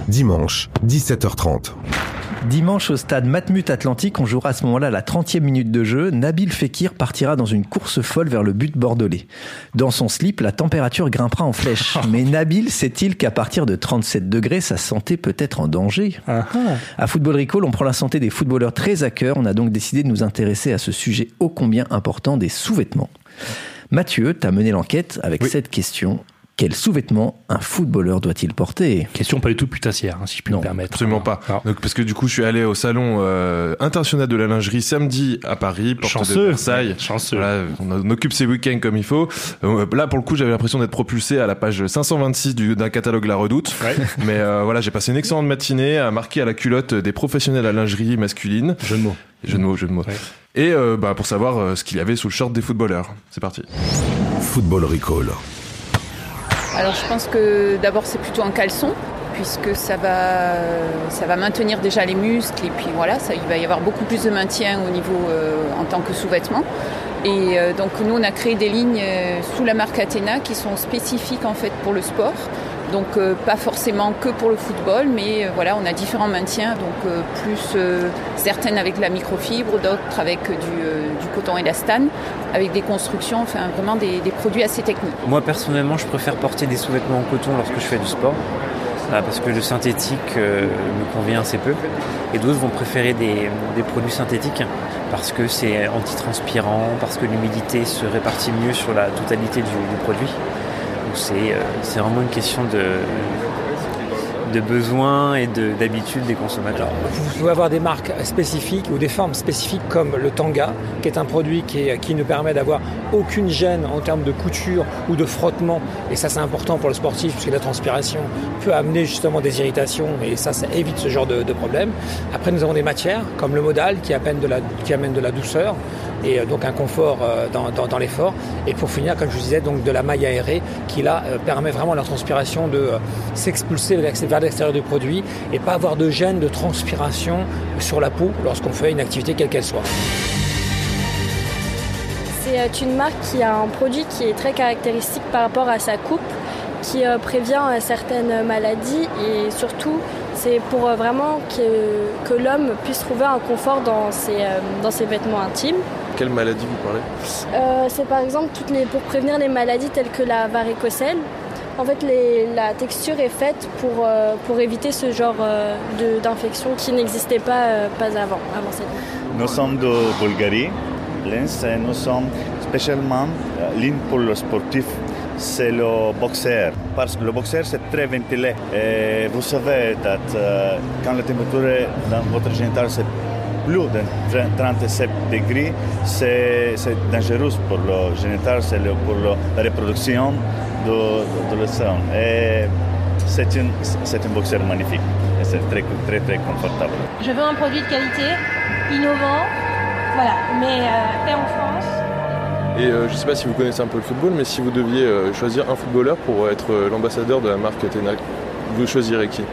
Speaker 2: Dimanche, 17h30.
Speaker 4: Dimanche au stade Matmut Atlantique, on jouera à ce moment-là la 30e minute de jeu. Nabil Fekir partira dans une course folle vers le but bordelais. Dans son slip, la température grimpera en flèche. Mais Nabil sait-il qu'à partir de 37 degrés, sa santé peut être en danger
Speaker 3: Ah, ah.
Speaker 4: À Football Recall, on prend la santé des footballeurs très à cœur. On a donc décidé de nous intéresser à ce sujet ô combien important des sous-vêtements. Mathieu, t'as mené l'enquête avec cette question. Quel sous-vêtement un footballeur doit-il porter
Speaker 3: Question pas du tout putassière, hein, si je puis
Speaker 4: Non,
Speaker 3: me permettre.
Speaker 9: Absolument pas.
Speaker 3: Non.
Speaker 9: Donc, parce que du coup, je suis allé au salon euh, international de la lingerie samedi à Paris, porte de
Speaker 3: Chanceux.
Speaker 9: Versailles.
Speaker 3: Chanceux.
Speaker 9: Voilà, on, on occupe ses week-ends comme il faut. Euh, là, pour le coup, j'avais l'impression d'être propulsé à la page 526 du- d'un catalogue La Redoute.
Speaker 3: Ouais.
Speaker 9: [LAUGHS] Mais euh, voilà, j'ai passé une excellente matinée à marquer à la culotte des professionnels à lingerie masculine.
Speaker 3: Jeu de mots.
Speaker 9: Jeu de mots, jeu de mots.
Speaker 3: Ouais.
Speaker 9: Et euh, bah, pour savoir euh, ce qu'il y avait sous le short des footballeurs. C'est parti.
Speaker 2: Football Recall.
Speaker 7: Alors je pense que d'abord c'est plutôt un caleçon puisque ça va, ça va maintenir déjà les muscles et puis voilà, ça, il va y avoir beaucoup plus de maintien au niveau euh, en tant que sous-vêtement. Et euh, donc nous on a créé des lignes euh, sous la marque Athéna qui sont spécifiques en fait pour le sport Donc euh, pas forcément que pour le football, mais euh, voilà, on a différents maintiens, donc euh, plus euh, certaines avec de la microfibre, d'autres avec du, euh, du coton élastane, avec des constructions, enfin vraiment des, des produits assez techniques.
Speaker 10: Moi personnellement, je préfère porter des sous-vêtements en coton lorsque je fais du sport, euh, parce que le synthétique euh, me convient assez peu. Et d'autres vont préférer des, des produits synthétiques parce que c'est antitranspirant, parce que l'humidité se répartit mieux sur la totalité du, du produit. Donc c'est euh, c'est vraiment une question de, de besoin et de- d'habitude des consommateurs.
Speaker 11: Vous pouvez avoir des marques spécifiques ou des formes spécifiques comme le tanga, qui est un produit qui, est- qui ne permet d'avoir aucune gêne en termes de couture ou de frottement. Et ça, c'est important pour le sportif, puisque la transpiration peut amener justement des irritations, et ça, ça évite ce genre de, de problème. Après, nous avons des matières, comme le modal, qui amène de la, qui amène de la douceur, et euh, donc un confort euh, dans, dans- dans l'effort. Et pour finir, comme je vous disais, donc de la maille aérée, qui là, euh, permet vraiment à la transpiration de euh, s'expulser vers l'ex- vers l'extérieur du produit, et pas avoir de gêne de transpiration sur la peau lorsqu'on fait une activité quelle qu'elle soit.
Speaker 5: C'est euh, une marque qui a un produit qui est très caractéristique par rapport à sa coupe, qui euh, prévient euh, certaines maladies et surtout c'est pour euh, vraiment que, que l'homme puisse trouver un confort dans ses, euh, dans ses vêtements intimes.
Speaker 9: Quelle maladie vous parlez
Speaker 5: Euh, c'est par exemple toutes les, pour prévenir les maladies telles que la varicocèle. En fait, les- la texture est faite pour, euh, pour éviter ce genre euh, de- d'infection qui n'existait pas, euh, pas avant, avant cette
Speaker 12: Nous sommes de Bulgarie, Lens, et nous sommes spécialement euh, l'une pour le sportif, c'est le boxeur. Parce que le boxeur, c'est très ventilé. Et vous savez, that, euh, quand la température dans votre génital, c'est plus de 30 37 degrés, c'est c'est dangereux pour le génital, c'est le- pour le- la reproduction de, de, de le sang. Et c'est une- c'est un boxeur magnifique. Et C'est très, très, très confortable.
Speaker 13: Je veux un produit de qualité, innovant, voilà, mais euh, fait en France.
Speaker 9: Et euh, je sais pas si vous connaissez un peu le football, mais si vous deviez euh, choisir un footballeur pour être euh, l'ambassadeur de la marque Tenac, vous choisirez qui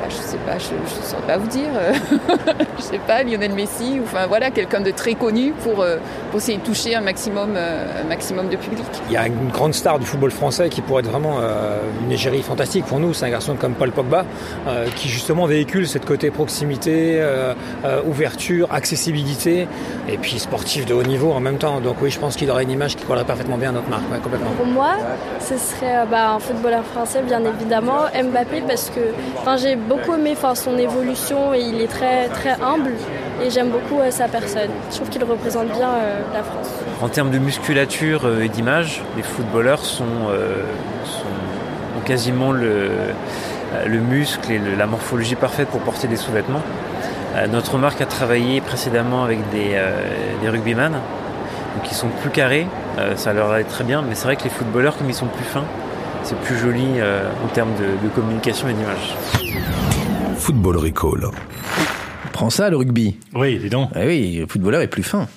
Speaker 7: Bah, je sais pas, je ne saurais pas vous dire. euh, [LAUGHS] je sais pas, Lionel Messi, ou enfin voilà, quelqu'un de très connu pour, euh, pour essayer de toucher un maximum, euh, un maximum de public.
Speaker 11: Il y a une grande star du football français qui pourrait être vraiment euh, une égérie fantastique pour nous. C'est un garçon comme Paul Pogba euh, qui justement véhicule cette côté proximité, euh, euh, ouverture, accessibilité et puis sportif de haut niveau en même temps. Donc oui, je pense qu'il aurait une image qui collerait parfaitement bien à notre marque, ouais, complètement.
Speaker 5: Pour moi, ce serait euh, bah, un footballeur français, bien évidemment, Mbappé, parce que enfin, j'ai beaucoup aimé enfin, son évolution et il est très, très humble et j'aime beaucoup euh, sa personne. Je trouve qu'il représente bien euh, la France.
Speaker 10: En termes de musculature euh, et d'image, les footballeurs sont, euh, sont- ont quasiment le, euh, le muscle et le- la morphologie parfaite pour porter des sous-vêtements. Euh, notre marque a travaillé précédemment avec des, euh, des rugbyman, donc ils sont plus carrés, euh, ça leur allait très bien, mais c'est vrai que les footballeurs, comme ils sont plus fins, c'est plus joli euh, en termes de- de communication et d'image.
Speaker 2: Football Recall.
Speaker 4: Prends ça, le rugby. Eh
Speaker 3: Oui, dis donc.
Speaker 4: oui, le footballeur est plus fin.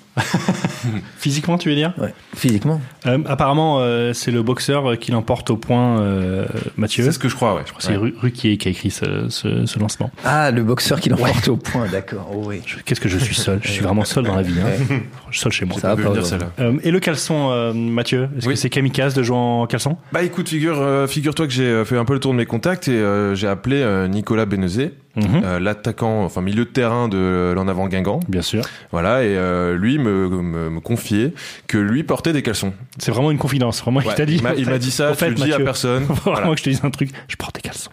Speaker 3: Physiquement, tu veux dire
Speaker 4: Ouais, physiquement.
Speaker 3: Euh, apparemment, euh, c'est le boxeur euh, qui l'emporte au point, euh, Mathieu. C'est ce
Speaker 9: que je crois, ouais.
Speaker 3: Je crois que c'est Ru- Ruquier qui a écrit ce, ce- ce lancement.
Speaker 4: Ah, le boxeur qui l'emporte au point, d'accord. Oh, oui.
Speaker 3: Qu'est-ce que je suis seul Je suis vraiment seul dans la vie. hein.
Speaker 4: Ouais.
Speaker 3: Je suis seul chez moi.
Speaker 4: Ça va pas, ouais.
Speaker 3: Euh, et le caleçon, euh, Mathieu Est-ce que c'est kamikaze de jouer en caleçon
Speaker 9: Bah écoute, figure, euh, figure-toi que j'ai euh, fait un peu le tour de mes contacts et euh, j'ai appelé euh, Nicolas Bénezé,
Speaker 3: Mhm. Mmh.
Speaker 9: euh, l'attaquant, enfin milieu de terrain de euh, l'en avant Guingamp.
Speaker 3: Bien sûr.
Speaker 9: Voilà, et euh, lui me, me, me confiait que lui portait des caleçons.
Speaker 3: C'est vraiment une confidence. Vraiment, il
Speaker 9: Ouais,
Speaker 3: t'a dit.
Speaker 9: il m'a- il m'a dit
Speaker 3: [LAUGHS]
Speaker 9: ça,
Speaker 3: Au
Speaker 9: tu le dis à personne.
Speaker 3: Faut vraiment
Speaker 9: Voilà.
Speaker 3: que je te dise un truc. Je porte des caleçons.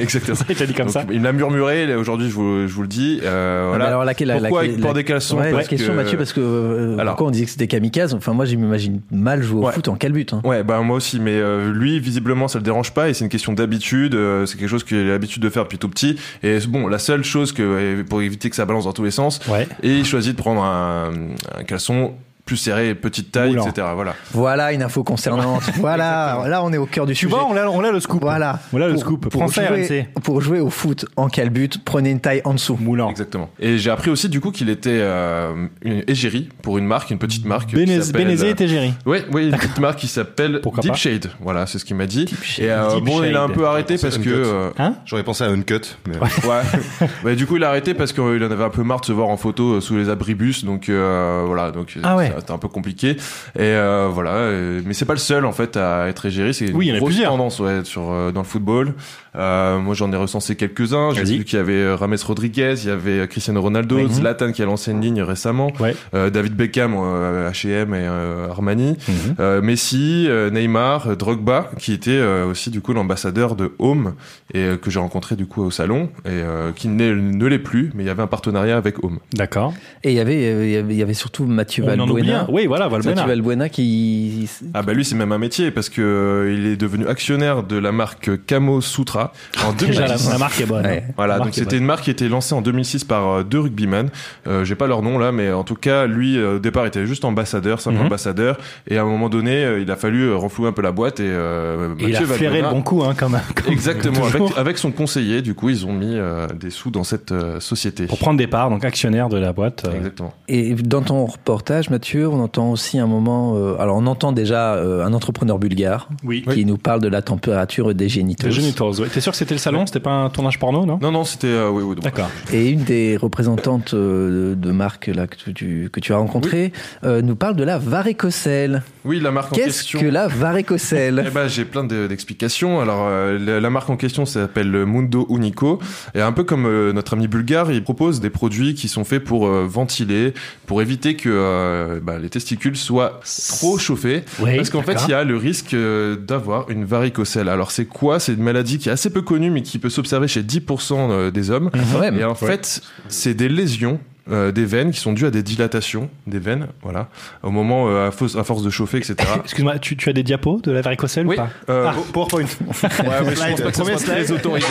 Speaker 9: Exactement.
Speaker 3: [LAUGHS] Il t'a dit comme
Speaker 9: Donc,
Speaker 3: ça.
Speaker 9: Il l'a murmuré, et aujourd'hui je vous, je vous le dis. euh,
Speaker 4: Ah, mais
Speaker 9: voilà.
Speaker 4: alors, laquelle, la-
Speaker 9: Pourquoi
Speaker 4: laquelle-
Speaker 9: il porte
Speaker 4: la-
Speaker 9: des caleçons
Speaker 4: Ouais,
Speaker 9: Parce
Speaker 4: la question,
Speaker 9: que-
Speaker 4: Mathieu, parce que euh,
Speaker 9: Alors.
Speaker 4: pourquoi on disait que c'était kamikaze Enfin, moi, je m'imagine mal jouer au
Speaker 9: Ouais.
Speaker 4: foot en calbute. hein.
Speaker 9: Ouais, bah moi aussi, mais euh, lui, visiblement, ça le dérange pas et c'est une question d'habitude. euh, c'est quelque chose qu'il a l'habitude de faire depuis tout petit. Et bon, la seule chose que euh, pour éviter que ça balance dans tous les sens, et il choisit de prendre un, un caleçon plus serré, petite taille,
Speaker 4: Moulant.
Speaker 9: etc. Voilà.
Speaker 4: Voilà une info
Speaker 9: [LAUGHS]
Speaker 4: concernante. voilà, là, on est au cœur du sujet.
Speaker 3: on l'a, on l'a le scoop.
Speaker 4: Voilà.
Speaker 3: On l'a le
Speaker 4: Pour-
Speaker 3: scoop.
Speaker 4: Pour,
Speaker 3: Prends ça,
Speaker 4: jouer, pour jouer au foot en calbute, prenez une taille en dessous.
Speaker 3: Moulant.
Speaker 9: Exactement. Et j'ai appris aussi du coup qu'il était euh, une égérie pour une marque, une petite marque.
Speaker 3: Bénéz- Bénézé est égérie.
Speaker 9: Oui, oui, une petite marque qui s'appelle Deep
Speaker 3: pas.
Speaker 9: Shade. Voilà, c'est ce qu'il m'a dit. Et euh,
Speaker 3: Deep
Speaker 9: bon, il a un
Speaker 3: Shade.
Speaker 9: peu arrêté
Speaker 8: J'aurais
Speaker 9: parce
Speaker 8: pensé
Speaker 9: que.
Speaker 8: à Uncut.
Speaker 9: euh,
Speaker 3: hein
Speaker 8: J'aurais pensé à Uncut. Mais...
Speaker 3: [LAUGHS]
Speaker 9: Ouais. Bah, du coup, il a arrêté parce qu'il en avait un peu marre de se voir en photo euh, sous les abribus. Donc euh, voilà, donc
Speaker 3: Ah ouais.
Speaker 9: ça, c'était un peu compliqué. Et euh, voilà, euh, mais c'est pas le seul en fait à être égéré. C'est une
Speaker 3: Oui, il y en a
Speaker 9: grosse
Speaker 3: plusieurs.
Speaker 9: tendance ouais, sur euh, dans le football. Euh, moi, j'en ai recensé quelques-uns. J'ai
Speaker 3: Vas-y.
Speaker 9: vu qu'il y avait euh, Rames Rodriguez, il y avait euh, Cristiano Ronaldo,
Speaker 3: Mhm.
Speaker 9: Zlatan qui a lancé une ligne récemment, euh, David Beckham, euh, H&M et euh, Armani, euh, Messi, euh, Neymar, euh, Drogba, qui était euh, aussi du coup l'ambassadeur de Home et euh, que j'ai rencontré du coup au salon et euh, qui n'est- ne l'est plus, mais il y avait un partenariat avec Home.
Speaker 3: D'accord.
Speaker 4: Et il y avait, euh, il y avait- il y avait surtout Mathieu
Speaker 9: On en oublie
Speaker 4: Valbuena.
Speaker 9: un. Oui, voilà, Valbuena.
Speaker 4: Mathieu Valbuena qui.
Speaker 9: Ah bah lui c'est même un métier parce que euh, il est devenu actionnaire de la marque Camo Sutra en
Speaker 3: Déjà,
Speaker 9: 2006.
Speaker 3: la- la marque est bonne. La
Speaker 9: Voilà,
Speaker 3: marque
Speaker 9: donc
Speaker 3: est
Speaker 9: c'était
Speaker 3: bonne.
Speaker 9: une marque qui était lancée en 2006 par euh, deux rugbymen. Euh, J'ai pas leur nom là, mais en tout cas lui euh, au départ était juste ambassadeur, simple
Speaker 3: Mhm.
Speaker 9: ambassadeur, et à un moment donné euh, il a fallu euh, renflouer un peu la boîte et, euh,
Speaker 3: Et il a
Speaker 9: Mathieu
Speaker 3: flairé le
Speaker 9: Valbuena-
Speaker 3: bon coup, hein, quand même.
Speaker 9: Exactement, avec,
Speaker 3: [LAUGHS] Toujours.
Speaker 9: avec son conseiller, du coup, ils ont mis euh, des sous dans cette euh, société.
Speaker 3: Pour prendre des parts, donc actionnaire de la boîte. euh,
Speaker 9: Exactement.
Speaker 4: Et dans ton reportage, Mathieu, on entend aussi un moment. euh, alors, on entend déjà euh, un entrepreneur bulgare
Speaker 3: Oui.
Speaker 4: qui nous parle de la température des génitaux.
Speaker 3: Des génitors, ouais. T'es sûr que c'était le salon C'était pas un tournage porno, non
Speaker 9: Non, non, c'était. euh, oui, oui,
Speaker 3: D'accord.
Speaker 4: Et une des représentantes euh, de marque là, que, tu, que tu as rencontrée euh, nous parle de la varicocèle.
Speaker 9: Oui, la marque en
Speaker 4: Qu'est-ce
Speaker 9: question.
Speaker 4: que la varicocèle [LAUGHS]
Speaker 9: Eh ben, j'ai plein de- d'explications. Alors, euh, la, la marque en question s'appelle Mundo Unico. Et un peu comme euh, notre ami bulgare, il propose des produits qui sont faits pour euh, ventiler, pour éviter que euh, bah, les testicules soient trop chauffés.
Speaker 3: Oui,
Speaker 9: parce qu'en fait,
Speaker 3: d'accord.
Speaker 9: il y a le risque euh, d'avoir une varicocèle. Alors, c'est quoi C'est une maladie qui est assez peu connue, mais qui peut s'observer chez 10% des hommes.
Speaker 4: Quand même.
Speaker 9: Et en
Speaker 4: Ouais.
Speaker 9: fait, c'est des lésions. euh, des veines qui sont dues à des dilatations des veines voilà au moment euh, à, fausse- à force de chauffer etc
Speaker 3: Excuse-moi, tu, tu as des diapos de la varicocèle ou pas
Speaker 9: Euh,
Speaker 3: Ah, [LAUGHS] PowerPoint.
Speaker 9: Ouais, mais je pense pas que ça
Speaker 3: Premier
Speaker 9: sera très
Speaker 3: slide.
Speaker 9: autorisé.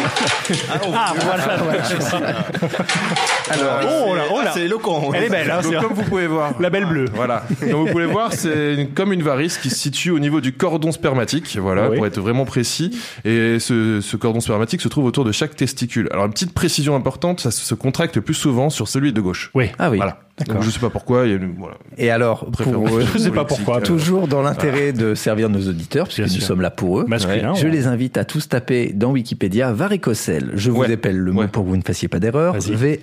Speaker 3: Ah, voilà, voilà.
Speaker 9: [LAUGHS] Alors, ah,
Speaker 3: oh là, oh là.
Speaker 8: C'est éloquent.
Speaker 3: Elle est belle, hein,
Speaker 9: Donc,
Speaker 3: c'est-
Speaker 9: comme vous pouvez voir. La belle bleue. Voilà. Comme vous pouvez voir, c'est une- comme une varice qui se situe au niveau du cordon spermatique. Voilà,
Speaker 3: Oui.
Speaker 9: pour être vraiment précis. Et ce, ce cordon spermatique se trouve autour de chaque testicule. Alors, une petite précision importante, ça se contracte le plus souvent sur celui de gauche.
Speaker 3: Oui.
Speaker 4: Ah oui.
Speaker 9: Voilà.
Speaker 4: D'accord.
Speaker 9: Donc, je sais pas pourquoi. il y a une- voilà.
Speaker 4: Et alors,
Speaker 9: Préférence
Speaker 4: pour-
Speaker 9: politique, [LAUGHS] euh,
Speaker 4: Toujours dans l'intérêt de servir nos auditeurs, puisque nous
Speaker 9: sûr.
Speaker 4: sommes là pour eux.
Speaker 9: Masculin,
Speaker 4: Je
Speaker 9: ouais.
Speaker 4: les invite à tous taper dans Wikipédia varicocèle. Je vous appelle le mot pour que vous ne fassiez pas d'erreur. E V-A-R-E-C-O-C-E-L-E.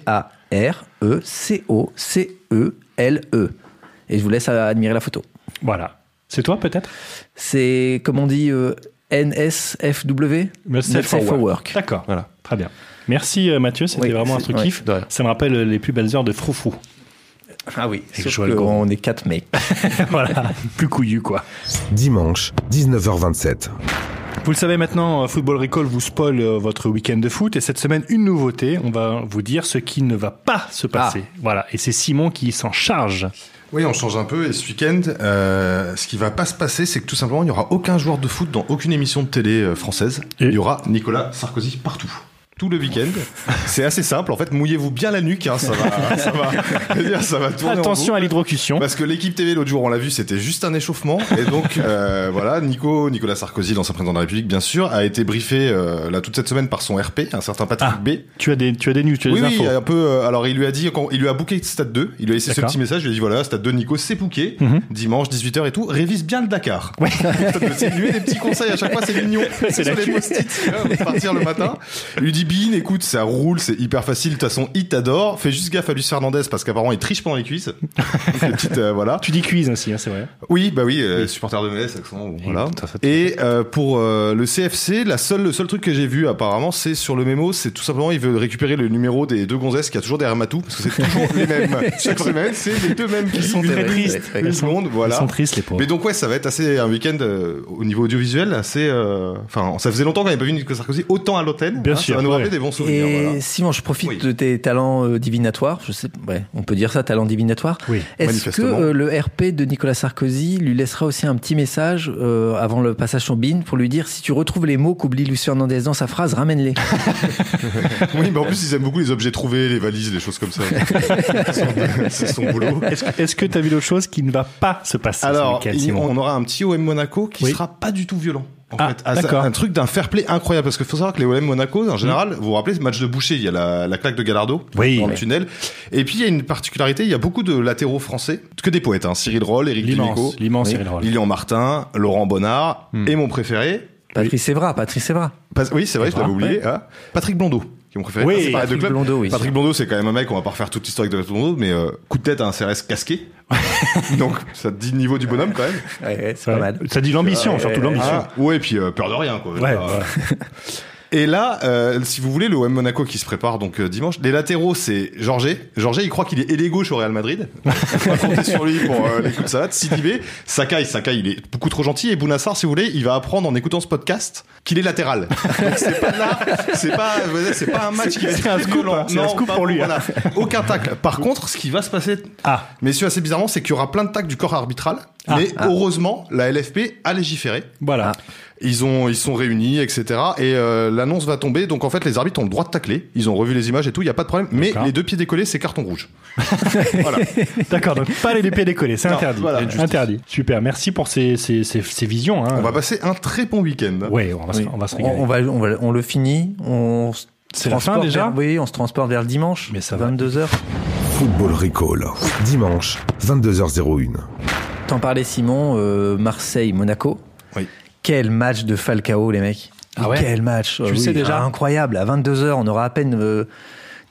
Speaker 4: E Et je vous laisse euh, admirer la photo.
Speaker 3: Voilà. C'est toi peut-être
Speaker 4: C'est, comme on dit, euh, NSFW
Speaker 3: Not safe for work. D'accord.
Speaker 9: Voilà.
Speaker 3: Très bien. Merci euh, Mathieu, c'était
Speaker 4: Oui,
Speaker 3: vraiment
Speaker 4: c'est-
Speaker 3: instructif. Ça me rappelle euh, les plus belles heures de Froufrou.
Speaker 4: Ah oui,
Speaker 3: Et
Speaker 4: sauf
Speaker 3: Joël
Speaker 4: que
Speaker 3: Gorin.
Speaker 4: on est quatre
Speaker 3: [LAUGHS]
Speaker 4: mecs.
Speaker 3: voilà, plus couillu quoi.
Speaker 2: Dimanche, 19h27.
Speaker 3: Vous le savez maintenant, euh, Football Recall vous spoil euh, votre week-end de foot. Et cette semaine, une nouveauté. On va vous dire ce qui ne va pas se passer. Voilà. Et c'est Simon qui s'en charge.
Speaker 8: Oui, on change un peu. Et ce week-end, euh, ce qui va pas se passer, c'est que tout simplement, il n'y aura aucun joueur de foot dans aucune émission de télé euh, française. Il y aura Nicolas Sarkozy partout. Tout le week-end. C'est assez simple. En fait, mouillez-vous bien la nuque. hein, ça, va, [LAUGHS] ça, va, je veux dire, ça va tourner. Bah.
Speaker 3: Attention à l'hydrocution.
Speaker 8: Parce que l'équipe TV, l'autre jour, on l'a vu, c'était juste un échauffement. Et
Speaker 3: [LAUGHS]
Speaker 8: donc, euh, voilà, Nico, Nicolas Sarkozy, l'ancien président de la République, bien sûr, a été briefé euh, là, toute cette semaine par son RP, un certain Patrick B.
Speaker 3: Tu as des, tu as des news, tu as
Speaker 8: Oui,
Speaker 3: des
Speaker 8: oui,
Speaker 3: Ah, infos.
Speaker 8: un peu. euh, alors, il lui a dit, quand, il lui a booké Stade 2. Il lui a laissé ce
Speaker 3: D'accord.
Speaker 8: petit message. Il lui a dit voilà, Stade 2, Nico, c'est booké.
Speaker 3: Mhm.
Speaker 8: Dimanche, 18h et tout. Révise bien le Dakar. [LAUGHS] Stade 2, c'est lui, des petits conseils. À chaque fois, c'est mignon.
Speaker 3: [LAUGHS]
Speaker 8: C'est
Speaker 3: C'est
Speaker 8: sur
Speaker 3: la
Speaker 8: les
Speaker 3: cul.
Speaker 8: post-it. tu vois, avant de Partir le matin. Il lui dit Bean, écoute, ça roule, c'est hyper facile. De toute façon, il t'adore. Fais juste gaffe à Luis Fernandez parce qu'apparemment, il triche pendant les
Speaker 3: [LAUGHS]
Speaker 8: cuisses. Donc, les petites, euh, voilà.
Speaker 3: Tu dis cuisine aussi, hein, c'est vrai.
Speaker 8: Oui, bah oui, euh, supporter de Metz, accent, bon, voilà. Et euh, pour euh, le CFC, la seule, le seul truc que j'ai vu apparemment, c'est sur le mémo, c'est tout simplement, il veut récupérer le numéro des deux gonzesses qu'il y a toujours derrière Matou, parce que c'est toujours les
Speaker 3: [LAUGHS]
Speaker 8: mêmes. Chaque semaine, c'est les deux mêmes qui
Speaker 3: sont
Speaker 8: une
Speaker 3: très
Speaker 8: blonde,
Speaker 3: tristes.
Speaker 8: Une
Speaker 3: Ils sont-
Speaker 8: blonde, voilà.
Speaker 3: ils sont tristes, les pauvres.
Speaker 8: Mais donc ouais, ça va être assez un week-end euh, au niveau audiovisuel, assez. euh, Enfin, ça faisait longtemps qu'on n'avait pas vu Nicolas Sarkozy autant à l'hôtel. hein,
Speaker 4: Bien
Speaker 8: ça
Speaker 4: sûr,
Speaker 8: va nous rappeler
Speaker 4: ouais.
Speaker 8: des bons souvenirs.
Speaker 4: Et
Speaker 8: voilà.
Speaker 4: Simon, je profite de tes talents euh, divinatoires. Je sais, ouais, on peut dire ça, talents divinatoires.
Speaker 8: Oui,
Speaker 4: Est-ce que
Speaker 8: manifestement.
Speaker 4: euh, le RP de Nicolas Sarkozy lui laissera aussi un petit message euh, avant le passage sur BIN pour lui dire si tu retrouves les mots qu'oublie Lucien Hernandez dans sa phrase, ramène-les.
Speaker 8: oui, mais en plus, ils aiment beaucoup les objets trouvés, les valises, les choses comme
Speaker 3: [LAUGHS]
Speaker 8: ça. C'est son boulot.
Speaker 3: Est-ce est-ce que tu as vu d'autres choses qui ne va pas se passer ce
Speaker 8: Alors,
Speaker 3: week-end,
Speaker 8: il-
Speaker 3: Simon
Speaker 8: on aura un petit OM Monaco qui sera pas du tout violent. En
Speaker 3: Ah,
Speaker 8: fait, Ah, ça-
Speaker 3: d'accord. Mm.
Speaker 8: un truc d'un fair play incroyable parce qu'il faut savoir que les OM Monaco en général, vous vous rappelez ce match de Boucher, il y a la, la claque de Gallardo
Speaker 3: Oui.
Speaker 8: dans
Speaker 3: Ouais.
Speaker 8: le tunnel. Et puis il y a une particularité, il y a beaucoup de latéraux français, que des poètes, hein. Cyril Roll, Eric
Speaker 3: L'immense,
Speaker 8: Dimeco,
Speaker 3: l'immense Cyril Roll. Mm.
Speaker 8: Lilian Martin, Laurent Bonnard et mon préféré,
Speaker 4: Patrice Evra, Patrice Evra.
Speaker 8: Pas- oui, c'est vrai, je
Speaker 4: Evra,
Speaker 8: l'avais oublié,
Speaker 4: ouais.
Speaker 8: hein. Patrick Blondeau. qui est mon préféré.
Speaker 4: Oui,
Speaker 8: c'est pareil,
Speaker 4: Patrick
Speaker 8: de club.
Speaker 4: Blondeau, oui.
Speaker 8: Patrick Blondeau, c'est quand même un mec, on va pas refaire toute l'histoire de Patrick Blondeau, mais euh, coup de tête à un CRS
Speaker 3: [LAUGHS]
Speaker 8: casqué. Donc, ça te dit le niveau du bonhomme quand même.
Speaker 4: c'est pas mal.
Speaker 3: Ça dit l'ambition, surtout l'ambition.
Speaker 8: Ah, ouais, et puis euh, peur de rien, quoi.
Speaker 3: Ouais, [LAUGHS]
Speaker 8: Euh, Et là, euh, si vous voulez, le OM Monaco qui se prépare donc euh, dimanche. Les latéraux, c'est Jorge. Jorge, il croit qu'il est ailé gauche au Real Madrid. [LAUGHS] On va compter sur lui pour euh, les coups de salade. Sidibé, Sakai, Sakai, il est beaucoup trop gentil. Et Bounassar, si vous voulez, il va apprendre en écoutant ce podcast qu'il est latéral. Donc, c'est pas là, c'est pas, c'est pas un match qui va
Speaker 3: C'est
Speaker 8: être
Speaker 3: un scoop,
Speaker 8: violent.
Speaker 3: hein. C'est un
Speaker 8: Non,
Speaker 3: scoop
Speaker 8: pas
Speaker 3: pour lui,
Speaker 8: voilà.
Speaker 3: hein.
Speaker 8: Aucun tacle. Par contre, ce qui va se passer,
Speaker 4: Ah.
Speaker 8: messieurs, assez bizarrement, c'est qu'il y aura plein de tacles du corps arbitral.
Speaker 3: Ah.
Speaker 8: mais
Speaker 3: Ah.
Speaker 8: heureusement, la LFP a légiféré.
Speaker 3: Voilà.
Speaker 4: Ah.
Speaker 8: Ils ont, ils sont réunis, etc. Et euh, l'annonce va tomber. Donc en fait, les arbitres ont le droit de tacler. Ils ont revu les images et tout. Il y a pas de problème. Mais les deux pieds décollés, c'est carton rouge.
Speaker 3: [LAUGHS] D'accord, donc pas les deux pieds décollés, c'est
Speaker 8: Non,
Speaker 4: Ah,
Speaker 3: interdit.
Speaker 8: voilà.
Speaker 3: Interdit. Super, merci pour ces, ces, ces, ces visions. hein.
Speaker 8: On va passer un très bon week-end.
Speaker 3: Ouais, on va, se-
Speaker 4: Oui.
Speaker 3: on va se
Speaker 4: on,
Speaker 3: régaler.
Speaker 4: on va, on va- on le finit. On se
Speaker 3: C'est la fin,
Speaker 4: transporte
Speaker 3: déjà
Speaker 4: vers- Oui, on se transporte vers le dimanche. Mais ça 22 h
Speaker 2: Football Recall. Dimanche, 22h01.
Speaker 4: T'en parlais Simon, euh, Marseille, Monaco.
Speaker 8: Oui.
Speaker 4: Quel match de Falcao les mecs.
Speaker 3: Ah ouais
Speaker 4: Quel match.
Speaker 3: Tu
Speaker 4: Oh
Speaker 3: le sais déjà
Speaker 4: ah, Incroyable. À 22h, on aura à peine euh,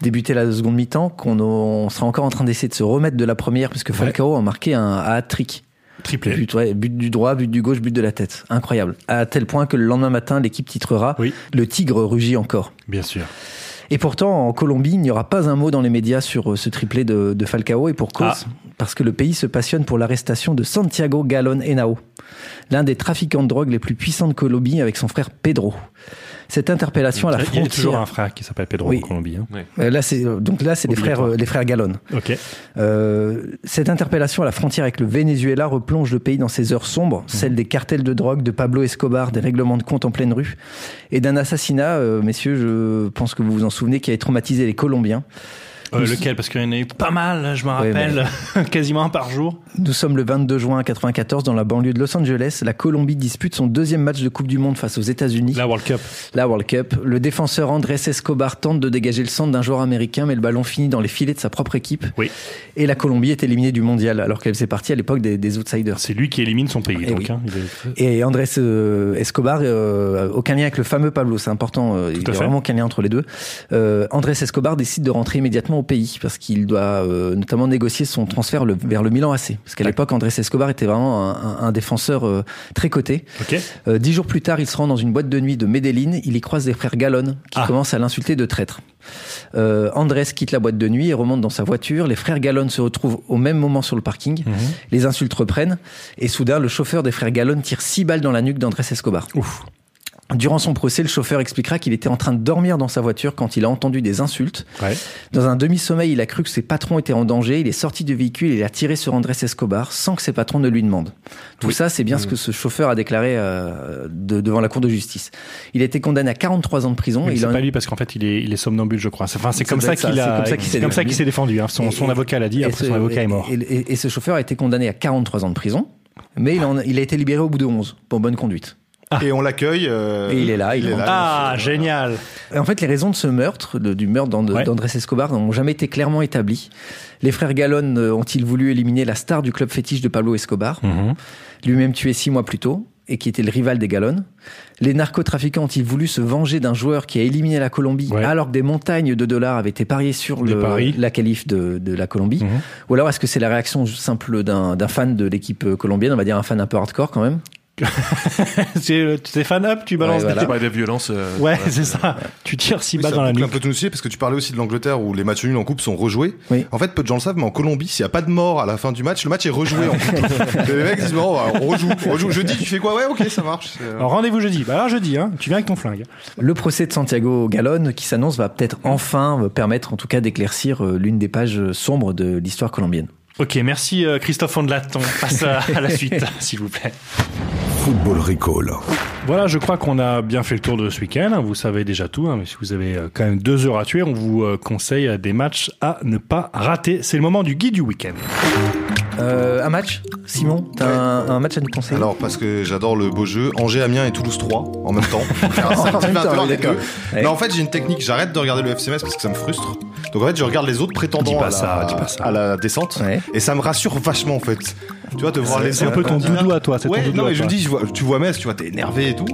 Speaker 4: débuté la seconde mi-temps qu'on on sera encore en train d'essayer de se remettre de la première puisque Falcao a marqué un hat-trick.
Speaker 3: Triplé.
Speaker 4: But, ouais, but du droit, but du gauche, but de la tête. Incroyable. À tel point que le lendemain matin, l'équipe titrera Le tigre rugit encore.
Speaker 3: Bien sûr.
Speaker 4: Et pourtant, en Colombie, il n'y aura pas un mot dans les médias sur euh, ce triplé de, de Falcao et pour cause,
Speaker 3: Ah.
Speaker 4: parce que le pays se passionne pour l'arrestation de Santiago Galon Henao, l'un des trafiquants de drogue les plus puissants de Colombie avec son frère Pedro. Cette interpellation à la
Speaker 3: Il y a
Speaker 4: frontière.
Speaker 3: toujours un frère qui s'appelle Pedro
Speaker 4: Oui.
Speaker 3: en Colombie. hein.
Speaker 4: Euh, Là, c'est euh, donc là, c'est les frères,
Speaker 3: Obligatoire.
Speaker 4: euh, les frères Galon.
Speaker 3: Ok.
Speaker 4: Euh, cette interpellation à la frontière avec le Venezuela replonge le pays dans ses heures sombres,
Speaker 3: Mmh.
Speaker 4: celles des cartels de drogue, de Pablo Escobar, des règlements de compte en pleine rue, et d'un assassinat, euh, messieurs, je pense que vous vous en souvenez, qui avait traumatisé les Colombiens.
Speaker 3: Euh,
Speaker 4: Nous-
Speaker 3: lequel Parce qu'il y en a eu pas mal, je m'en
Speaker 4: Ouais,
Speaker 3: rappelle,
Speaker 4: [LAUGHS]
Speaker 3: quasiment un par jour.
Speaker 4: Nous sommes le 22 juin 1994 dans la banlieue de Los Angeles. La Colombie dispute son deuxième match de Coupe du Monde face aux États-Unis. La
Speaker 3: World Cup.
Speaker 4: La World Cup. Le défenseur Andrés Escobar tente de dégager le centre d'un joueur américain, mais le ballon finit dans les filets de sa propre équipe.
Speaker 3: Oui.
Speaker 4: Et la Colombie est éliminée du mondial, alors qu'elle faisait partie à l'époque des, des outsiders.
Speaker 3: C'est lui qui élimine son pays.
Speaker 4: Et
Speaker 3: donc,
Speaker 4: Eh oui.
Speaker 3: hein, il est-
Speaker 4: Et Andrés euh, Escobar, euh, aucun lien avec le fameux Pablo, c'est important, euh, il n'y
Speaker 3: à
Speaker 4: a
Speaker 3: fait.
Speaker 4: vraiment aucun lien entre les deux. Euh, Andrés Escobar décide de rentrer immédiatement au pays parce qu'il doit euh, notamment négocier son transfert le- vers le Milan AC. Parce qu'à l'époque, Andrés Escobar était vraiment un, un- un défenseur euh, très coté.
Speaker 3: Ok.
Speaker 4: Euh, dix jours plus tard, il se rend dans une boîte de nuit de Medellin, il y croise les frères Gallon qui
Speaker 3: Ah.
Speaker 4: commencent à l'insulter de traître. Euh, Andrés quitte la boîte de nuit et remonte dans sa voiture. Les frères Gallon se retrouvent au même moment sur le parking. Les insultes reprennent et soudain, le chauffeur des frères Gallon tire six balles dans la nuque d'Andrés Escobar. Durant son procès, le chauffeur expliquera qu'il était en train de dormir dans sa voiture quand il a entendu des insultes. Dans un demi-sommeil, il a cru que ses patrons étaient en danger. Il est sorti du véhicule et il a tiré sur Andrés Escobar sans que ses patrons ne lui demandent. Tout ça, c'est
Speaker 3: Mmh.
Speaker 4: bien ce que ce chauffeur a déclaré euh, de- devant la Cour de justice. Il a été condamné à 43 ans de prison.
Speaker 3: Mais
Speaker 4: et il
Speaker 3: c'est
Speaker 4: en-
Speaker 3: pas lui parce qu'en fait il est, il est somnambule je crois. Enfin c'est
Speaker 4: Ça
Speaker 3: comme
Speaker 4: doit
Speaker 3: ça,
Speaker 4: être ça,
Speaker 3: qu'il
Speaker 4: c'est
Speaker 3: a
Speaker 4: comme ça qu'il s'est
Speaker 3: c'est comme ça qu'il s'est défendu. hein. Son,
Speaker 4: Et-
Speaker 3: son avocat l'a dit.
Speaker 4: et
Speaker 3: Après
Speaker 4: ce-
Speaker 3: son avocat est mort.
Speaker 4: Et, et- et ce chauffeur a été condamné à 43 ans de prison, mais il, en- il a été libéré au bout de 11 pour bonne conduite.
Speaker 8: Et on l'accueille. euh,
Speaker 4: Et il est là, il, rentre.
Speaker 3: ah génial.
Speaker 4: Et En fait, les raisons de ce meurtre, de- du meurtre d'And- d'Andrés Escobar, n'ont jamais été clairement établies. Les frères Gallon euh, ont-ils voulu éliminer la star du club fétiche de Pablo Escobar,
Speaker 3: Mhm.
Speaker 4: lui-même tué six mois plus tôt et qui était le rival des Gallon Les narcotrafiquants ont-ils voulu se venger d'un joueur qui a éliminé la Colombie alors que des montagnes de dollars avaient été pariées sur
Speaker 3: Des
Speaker 4: le-
Speaker 3: paris. Mhm.
Speaker 4: la qualif de, de la Colombie Ou alors est-ce que c'est la réaction simple d'un d'un fan de l'équipe euh, colombienne, on va dire un fan un peu hardcore quand même
Speaker 3: C'est c'est fan up tu balances.
Speaker 4: Ouais, voilà.
Speaker 3: des-
Speaker 9: Bah, des violences. euh, voilà.
Speaker 3: Ouais c'est ça. Tu tires six
Speaker 8: Oui,
Speaker 3: balles
Speaker 8: ça
Speaker 3: dans la
Speaker 8: boucle
Speaker 3: nuque.
Speaker 8: un peu tout aussi parce que tu parlais aussi de l'Angleterre où les matchs nuls en coupe sont rejoués. En fait, peu de gens le savent, mais en Colombie, s'il n'y a pas de mort à la fin du match, le match est rejoué en
Speaker 4: [LAUGHS]
Speaker 8: coupe. les mecs disent bon, bah, on rejoue, on rejoue. Jeudi, tu fais quoi Ouais, ok, ça marche. C'est, euh,
Speaker 3: Alors, Rendez-vous jeudi. Bah alors jeudi hein. Tu viens avec ton flingue.
Speaker 4: Le procès de Santiago Galon qui s'annonce va peut-être enfin euh, permettre en tout cas d'éclaircir euh, l'une des pages euh, sombres de l'histoire colombienne.
Speaker 3: Ok merci euh, Christophe Ondelat. On passe à, à la [LAUGHS] suite s'il vous plaît.
Speaker 2: Football Recall.
Speaker 3: Voilà, je crois qu'on a bien fait le tour de ce week-end. Vous savez déjà tout, hein, mais si vous avez euh, quand même deux heures à tuer, on vous euh, conseille euh, des matchs à ne pas rater. C'est le moment du guide du week-end.
Speaker 4: Euh, un match Simon, t'as un, un match à nous conseiller
Speaker 8: Alors, parce que j'adore le beau jeu, Angers, Amiens et Toulouse 3 en même
Speaker 3: [LAUGHS]
Speaker 8: temps. Alors,
Speaker 4: En
Speaker 8: samedi
Speaker 4: même temps,
Speaker 8: 20,
Speaker 4: oui,
Speaker 8: les
Speaker 4: d'accord.
Speaker 8: deux. Non, en fait, j'ai une technique, j'arrête de regarder le FCMS parce que ça me frustre. Donc, en fait, je regarde les autres prétendants
Speaker 3: Dis pas
Speaker 8: à, la,
Speaker 3: ça, dis pas
Speaker 8: à la descente et ça me rassure vachement en fait. Tu vois, de voir
Speaker 3: C'est-
Speaker 8: les
Speaker 3: c'est un peu ton doudou à toi, c'est ton
Speaker 8: Ouais,
Speaker 3: doudou
Speaker 8: non,
Speaker 3: à
Speaker 8: mais je
Speaker 3: toi.
Speaker 8: dis, je vois- tu vois Metz, tu vois, t'es énervé, et tout.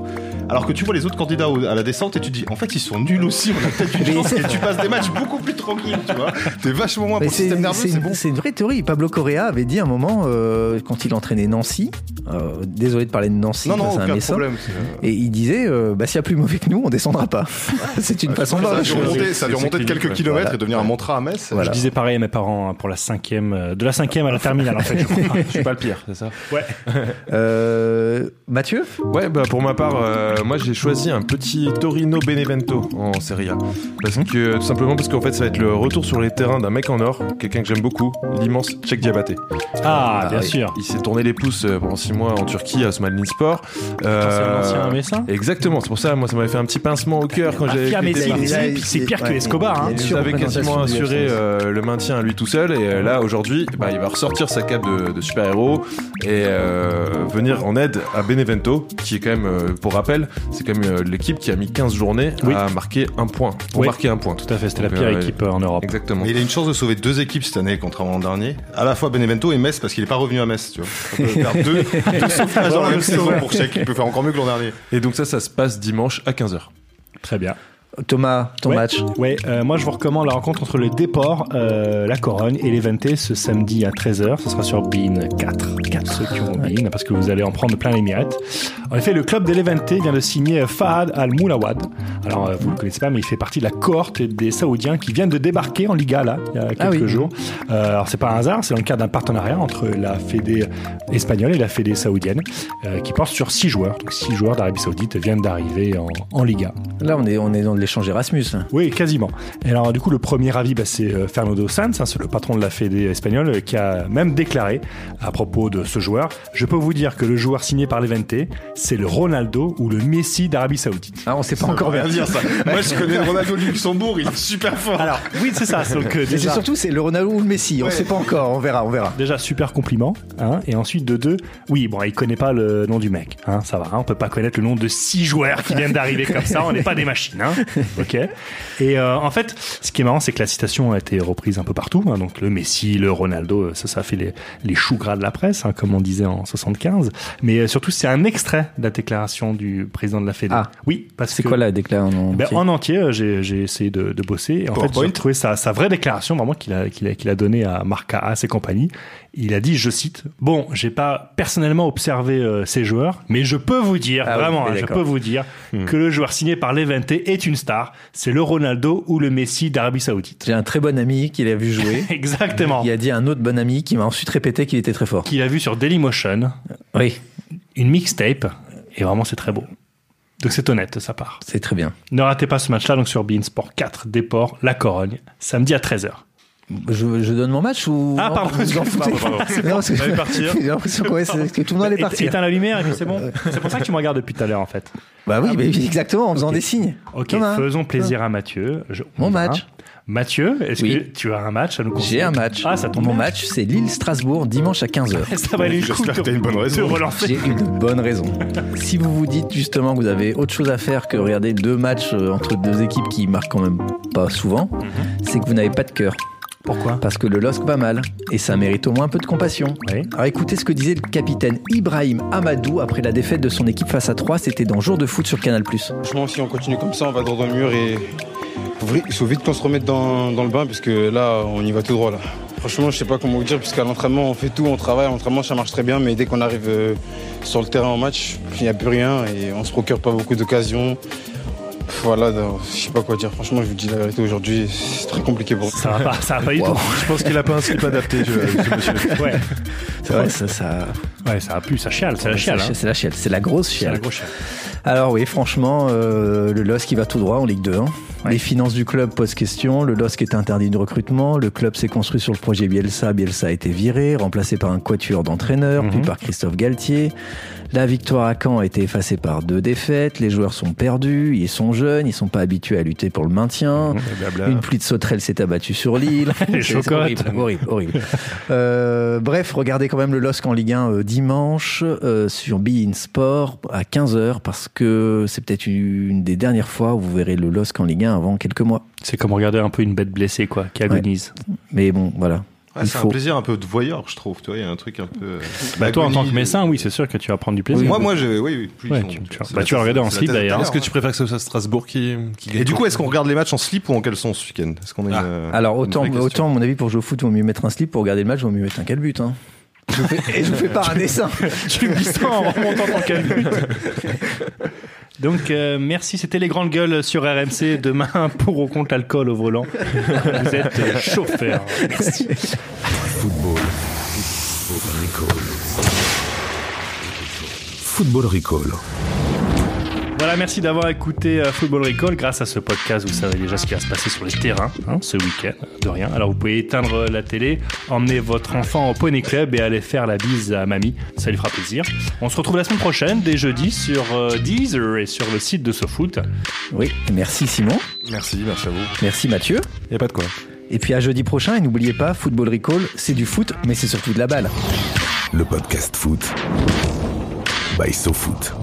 Speaker 8: Alors que tu vois les autres candidats au- à la descente et tu te dis en fait ils sont nuls aussi, on a peut-être
Speaker 3: [LAUGHS]
Speaker 8: une chance et tu passes des matchs beaucoup plus tranquilles, tu vois. T'es vachement moins
Speaker 4: Mais
Speaker 8: pour le système nerveux, c'est
Speaker 4: une-
Speaker 8: bon.
Speaker 4: c'est une vraie théorie. Pablo Correa avait dit à un moment, euh, quand il entraînait Nancy, euh, désolé de parler de Nancy,
Speaker 8: Non, non,
Speaker 4: ça, c'est
Speaker 8: aucun
Speaker 4: un
Speaker 3: hein.
Speaker 4: messin,
Speaker 8: problème, c'est,
Speaker 4: et il disait, euh, bah, s'il y a plus mauvais que nous, on descendra
Speaker 8: [LAUGHS]
Speaker 4: pas. c'est une
Speaker 8: Ouais,
Speaker 4: façon de
Speaker 8: ça a
Speaker 4: voir les
Speaker 8: dû
Speaker 4: choses.
Speaker 8: remonter- ça a dû remonter de quelques kilomètres
Speaker 4: Voilà.
Speaker 8: et devenir un mantra à Metz.
Speaker 3: Je disais pareil à mes parents hein, pour la cinquième, euh, de la cinquième à la terminale en fait. Je, crois. Je suis pas le pire, c'est ça Ouais.
Speaker 4: Euh, Mathieu
Speaker 2: Hein?
Speaker 9: Ouais, bah pour ma part, euh, moi j'ai choisi un petit Torino Benevento en Serie A. Parce
Speaker 2: Mhm.
Speaker 9: que, tout simplement parce qu'en fait, ça va être le retour sur les terrains d'un mec en or, quelqu'un que j'aime beaucoup, l'immense Tchèque Diabaté.
Speaker 3: Ah, bien
Speaker 9: oui.
Speaker 3: sûr.
Speaker 9: Il s'est tourné les pouces euh, pendant 6 mois en Turquie à Osmanli Sport. Euh,
Speaker 3: c'est un ancien Messin
Speaker 9: Exactement, c'est pour ça, moi ça m'avait fait un petit pincement au cœur quand
Speaker 3: Ah,
Speaker 9: j'avais.
Speaker 3: Fia
Speaker 9: écouté-
Speaker 3: Messin, Il y a- c'est- c'est pire que Escobar, hein.
Speaker 9: Il
Speaker 3: Il y a
Speaker 9: nous
Speaker 3: une
Speaker 9: avait quasiment
Speaker 3: surreprésentation du
Speaker 9: assuré
Speaker 3: FCS.
Speaker 9: euh, le maintien à lui tout seul, et euh, là aujourd'hui, bah, il va ressortir sa cape de, de super-héros et euh, venir en aide à Benevento, qui est quand même, euh, pour rappel, c'est quand même euh, l'équipe qui a mis 15 journées à marquer un point. Pour
Speaker 3: Oui.
Speaker 9: marquer un point.
Speaker 3: Tout à fait, c'était la
Speaker 9: Donc,
Speaker 3: pire
Speaker 9: euh,
Speaker 3: équipe euh, en Europe.
Speaker 9: Exactement.
Speaker 8: Mais il a une chance de sauver deux équipes cette année, contrairement à l'an dernier. À la fois Benevento et Metz, parce qu'il n'est pas revenu à Metz, tu vois. On peut faire deux, [LAUGHS] deux sauvetages dans la même saison pour chaque. Il peut faire encore mieux que l'an dernier.
Speaker 9: Et donc ça, ça se passe dimanche à 15h.
Speaker 3: Très bien.
Speaker 4: Thomas, ton
Speaker 3: Ouais,
Speaker 4: match
Speaker 3: Ouais, euh, moi je vous recommande la rencontre entre le Déport, euh, la Corogne et l'Eventé ce samedi à 13h. Ce sera sur Bean 4. 4 ceux qui ont Bean, parce que vous allez en prendre plein les mirettes. En effet, le club de l'Eventé vient de signer Fahad Al-Moulawad. Alors euh, vous ne le connaissez pas, mais il fait partie de la cohorte des Saoudiens qui viennent de débarquer en Liga là, il y a quelques
Speaker 4: oui.
Speaker 3: jours. Euh, alors c'est pas un hasard, c'est dans le cadre d'un partenariat entre la Fédé espagnole et la Fédé saoudienne euh, qui porte sur 6 joueurs. Donc 6 joueurs d'Arabie Saoudite viennent d'arriver en, en Liga.
Speaker 4: Là, on est, on est dans de l'échange Erasmus. hein. là.
Speaker 3: Oui, quasiment. Et alors, du coup, le premier avis, bah, c'est euh, Fernando Sanz, hein, c'est le patron de la Fédé espagnole, euh, qui a même déclaré à propos de ce joueur Je peux vous dire que le joueur signé par l'Eventé, c'est le Ronaldo ou le Messi d'Arabie Saoudite.
Speaker 4: Ah, on sait pas
Speaker 8: Ça veut rien dire, ça. Moi, je [LAUGHS] connais le Ronaldo du Luxembourg, il est super fort.
Speaker 3: Alors, oui,
Speaker 4: [LAUGHS]
Speaker 3: c'est ça. Donc, euh,
Speaker 4: Mais c'est
Speaker 3: déjà-
Speaker 4: surtout, c'est le Ronaldo ou le Messi. On
Speaker 3: Ouais.
Speaker 4: sait pas encore, on verra, on verra.
Speaker 3: Déjà, super compliment. Hein, et ensuite, de deux, oui, bon, il connaît pas le nom du mec. Hein, ça va, hein, on peut pas connaître le nom de six joueurs qui viennent d'arriver comme ça. On n'est pas des machines.
Speaker 4: [LAUGHS]
Speaker 3: Hein, ok. Et euh, en fait, ce qui est marrant, c'est que la citation a été reprise un peu partout. hein, donc, le Messi, le Ronaldo, euh, ça, ça fait les, les choux gras de la presse, hein, comme on disait en 75. Mais euh, surtout, c'est un extrait de la déclaration du préclaration de la Fédé.
Speaker 4: Ah.
Speaker 3: oui, parce
Speaker 4: C'est
Speaker 3: que-
Speaker 4: quoi la déclaration
Speaker 3: ben, en entier, euh, j'ai j'ai essayé de, de bosser. Et en fait,
Speaker 4: PowerPoint.
Speaker 3: j'ai trouvé sa, sa vraie déclaration, vraiment, qu'il a, qu'il a, qu'il a donnée à Marc Haas et compagnie. Il a dit, je cite, Bon, j'ai pas personnellement observé euh, ces joueurs, mais je peux vous dire,
Speaker 4: Ah oui,
Speaker 3: vraiment,
Speaker 4: mais
Speaker 3: hein, je
Speaker 4: d'accord. Hmm.
Speaker 3: peux vous dire que le joueur signé par l'Eventé est une star. C'est le Ronaldo ou le Messi d'Arabie Saoudite.
Speaker 4: J'ai un très bon ami qui l'a vu
Speaker 3: [LAUGHS]
Speaker 4: jouer.
Speaker 3: Exactement.
Speaker 4: Il a dit à un autre bon ami qui m'a ensuite répété qu'il était très fort.
Speaker 3: Qu'il a vu sur Dailymotion.
Speaker 4: Oui.
Speaker 3: Une mixtape. Et vraiment, c'est très beau. Donc c'est honnête, ça part.
Speaker 4: C'est très bien.
Speaker 3: Ne ratez pas ce match-là, donc sur Beansport 4, Déport, La Corogne, samedi à 13h.
Speaker 4: Je, je donne mon match ou
Speaker 3: Ah,
Speaker 4: non,
Speaker 3: pardon,
Speaker 4: vous en
Speaker 3: excuse-moi,
Speaker 4: foutez
Speaker 3: pardon, pardon.
Speaker 4: Non, parce que- [LAUGHS]
Speaker 3: J'allais partir.
Speaker 4: J'ai l'impression que, ouais, c'est- que tout le monde allait
Speaker 3: Éte-
Speaker 4: partir.
Speaker 3: Éteins la lumière et puis c'est
Speaker 4: [LAUGHS]
Speaker 3: bon. C'est pour ça que tu me regardes depuis tout à l'heure en fait.
Speaker 4: Bah oui, mais exactement, en faisant
Speaker 3: Ah, Ok.
Speaker 4: des signes.
Speaker 3: Ok,
Speaker 4: Thomas.
Speaker 3: faisons plaisir à Mathieu. Je-
Speaker 4: Mon
Speaker 3: on verra.
Speaker 4: match.
Speaker 3: Mathieu, est-ce que tu as un match à nous conseiller
Speaker 4: J'ai un match.
Speaker 3: Ah, ça tombe
Speaker 4: Mon
Speaker 3: bien.
Speaker 4: match, c'est Lille-Strasbourg, dimanche à 15h.
Speaker 3: [LAUGHS] Ça va aller le coup de- de relancer.
Speaker 4: J'ai une bonne raison. si vous vous dites justement que vous avez autre chose à faire que regarder deux matchs euh, entre deux équipes qui marquent quand même pas souvent,
Speaker 3: Mhm.
Speaker 4: c'est que vous n'avez pas de cœur.
Speaker 3: Pourquoi
Speaker 4: Parce que le LOSC va mal et ça mérite au moins un peu de compassion. Alors écoutez ce que disait le capitaine Ibrahim Amadou après la défaite de son équipe face à 3, c'était dans Jour de foot sur Canal+.
Speaker 14: Franchement, si on continue comme ça, on va droit dans le mur et faut vri- il faut vite qu'on se remette dans, dans le bain parce que là, on y va tout droit. Là. Franchement, je sais pas comment vous dire, puisqu'à l'entraînement, on fait tout, on travaille, à l'entraînement, ça marche très bien, mais dès qu'on arrive euh, sur le terrain en match, il n'y a plus rien et on se procure pas beaucoup d'occasions. Voilà, donc, je sais pas quoi dire. Franchement, je vous dis la vérité aujourd'hui, c'est très compliqué pour moi.
Speaker 3: Ça va pas, ça va pas du
Speaker 14: Wow.
Speaker 3: tout.
Speaker 9: Je pense qu'il a pas un slip adapté, je- je- monsieur.
Speaker 3: [LAUGHS] Ouais.
Speaker 4: C'est vrai, ça, ça...
Speaker 3: Ouais, ça a pu, ça chiale, c'est la
Speaker 4: Ouais,
Speaker 3: chiale.
Speaker 4: c'est
Speaker 3: hein.
Speaker 4: la- C'est la chiale, c'est la grosse
Speaker 3: C'est la
Speaker 4: chiale.
Speaker 3: grosse chiale.
Speaker 4: Alors oui, franchement, euh, le LOSC qui va tout droit en Ligue 2. hein. Les finances du club posent question, le LOSC est interdit de recrutement, le club s'est construit sur le projet Bielsa, Bielsa a été viré, remplacé par un quatuor d'entraîneurs, puis par Christophe Galtier. La victoire à Caen a été effacée par deux défaites, les joueurs sont perdus, ils sont jeunes, ils sont pas habitués à lutter pour le maintien.
Speaker 9: blabla.
Speaker 4: Une pluie de sauterelles s'est abattue sur l'île.
Speaker 3: Les
Speaker 4: C'est- c'est
Speaker 3: chocottes.
Speaker 4: horrible, horrible, horrible. Euh, bref, regardez quand même le LOSC en Ligue 1 euh, dimanche euh, sur Be In Sport à 15h parce que c'est peut-être une, une des dernières fois où vous verrez le LOSC en Ligue 1 avant quelques mois.
Speaker 3: C'est comme regarder un peu une bête blessée quoi, qui agonise.
Speaker 4: Mais bon, voilà.
Speaker 8: Ouais,
Speaker 4: Il
Speaker 8: c'est
Speaker 4: faut-
Speaker 8: un plaisir un peu de voyeur, je trouve. Tu vois, il y a un truc un peu. euh,
Speaker 3: Bah, toi, en
Speaker 8: agonie.
Speaker 3: tant que médecin, oui, c'est sûr que tu vas prendre du plaisir.
Speaker 8: Moi, moi, j'ai- oui, oui, plus
Speaker 3: Ouais,
Speaker 8: on-
Speaker 3: tu, tu,
Speaker 8: c'est
Speaker 3: bah,
Speaker 8: la
Speaker 3: tu vas
Speaker 8: thèse-
Speaker 3: regarder
Speaker 8: c'est
Speaker 3: en
Speaker 8: la
Speaker 3: slip
Speaker 8: thèse
Speaker 3: d'ailleurs.
Speaker 8: tout à l'heure, ouais.
Speaker 9: préfères que ce soit Strasbourg qui,
Speaker 8: Et du coup, est-ce qu'on regarde les matchs en slip ou en caleçon ce week-end Est-ce qu'on a une-
Speaker 4: Alors
Speaker 8: une
Speaker 4: autant,
Speaker 8: vraie question
Speaker 4: autant à mon avis pour jouer au foot, vaut mieux mettre un slip pour regarder le match, vaut mieux mettre un calbut. Hein. Je vous fais- et je vous fais pas un dessin.
Speaker 3: [LAUGHS] tu me dis ça en remontant ton calbut. [LAUGHS] Donc, euh, merci. C'était les grandes gueules sur RMC. Demain, [LAUGHS] pour ou contre l'alcool au [LAUGHS] volant, vous êtes euh, chauffeur.
Speaker 2: Football. Football Recall. Football Recall.
Speaker 3: Voilà, merci d'avoir écouté euh, Football Recall. Grâce à ce podcast, vous savez déjà ce qui va se passer sur les terrains hein, ce week-end, de rien. Alors vous pouvez éteindre euh, la télé, emmener votre enfant au Poney Club et aller faire la bise à mamie. Ça lui fera plaisir. On se retrouve la semaine prochaine, dès jeudi, sur euh, Deezer et sur le site de SoFoot.
Speaker 4: Oui, merci Simon.
Speaker 8: Merci, merci à vous.
Speaker 4: Merci Mathieu.
Speaker 9: Y a pas de quoi.
Speaker 4: Et puis à jeudi prochain, et n'oubliez pas, Football Recall, c'est du foot, mais c'est surtout de la balle.
Speaker 2: Le podcast foot. By SoFoot.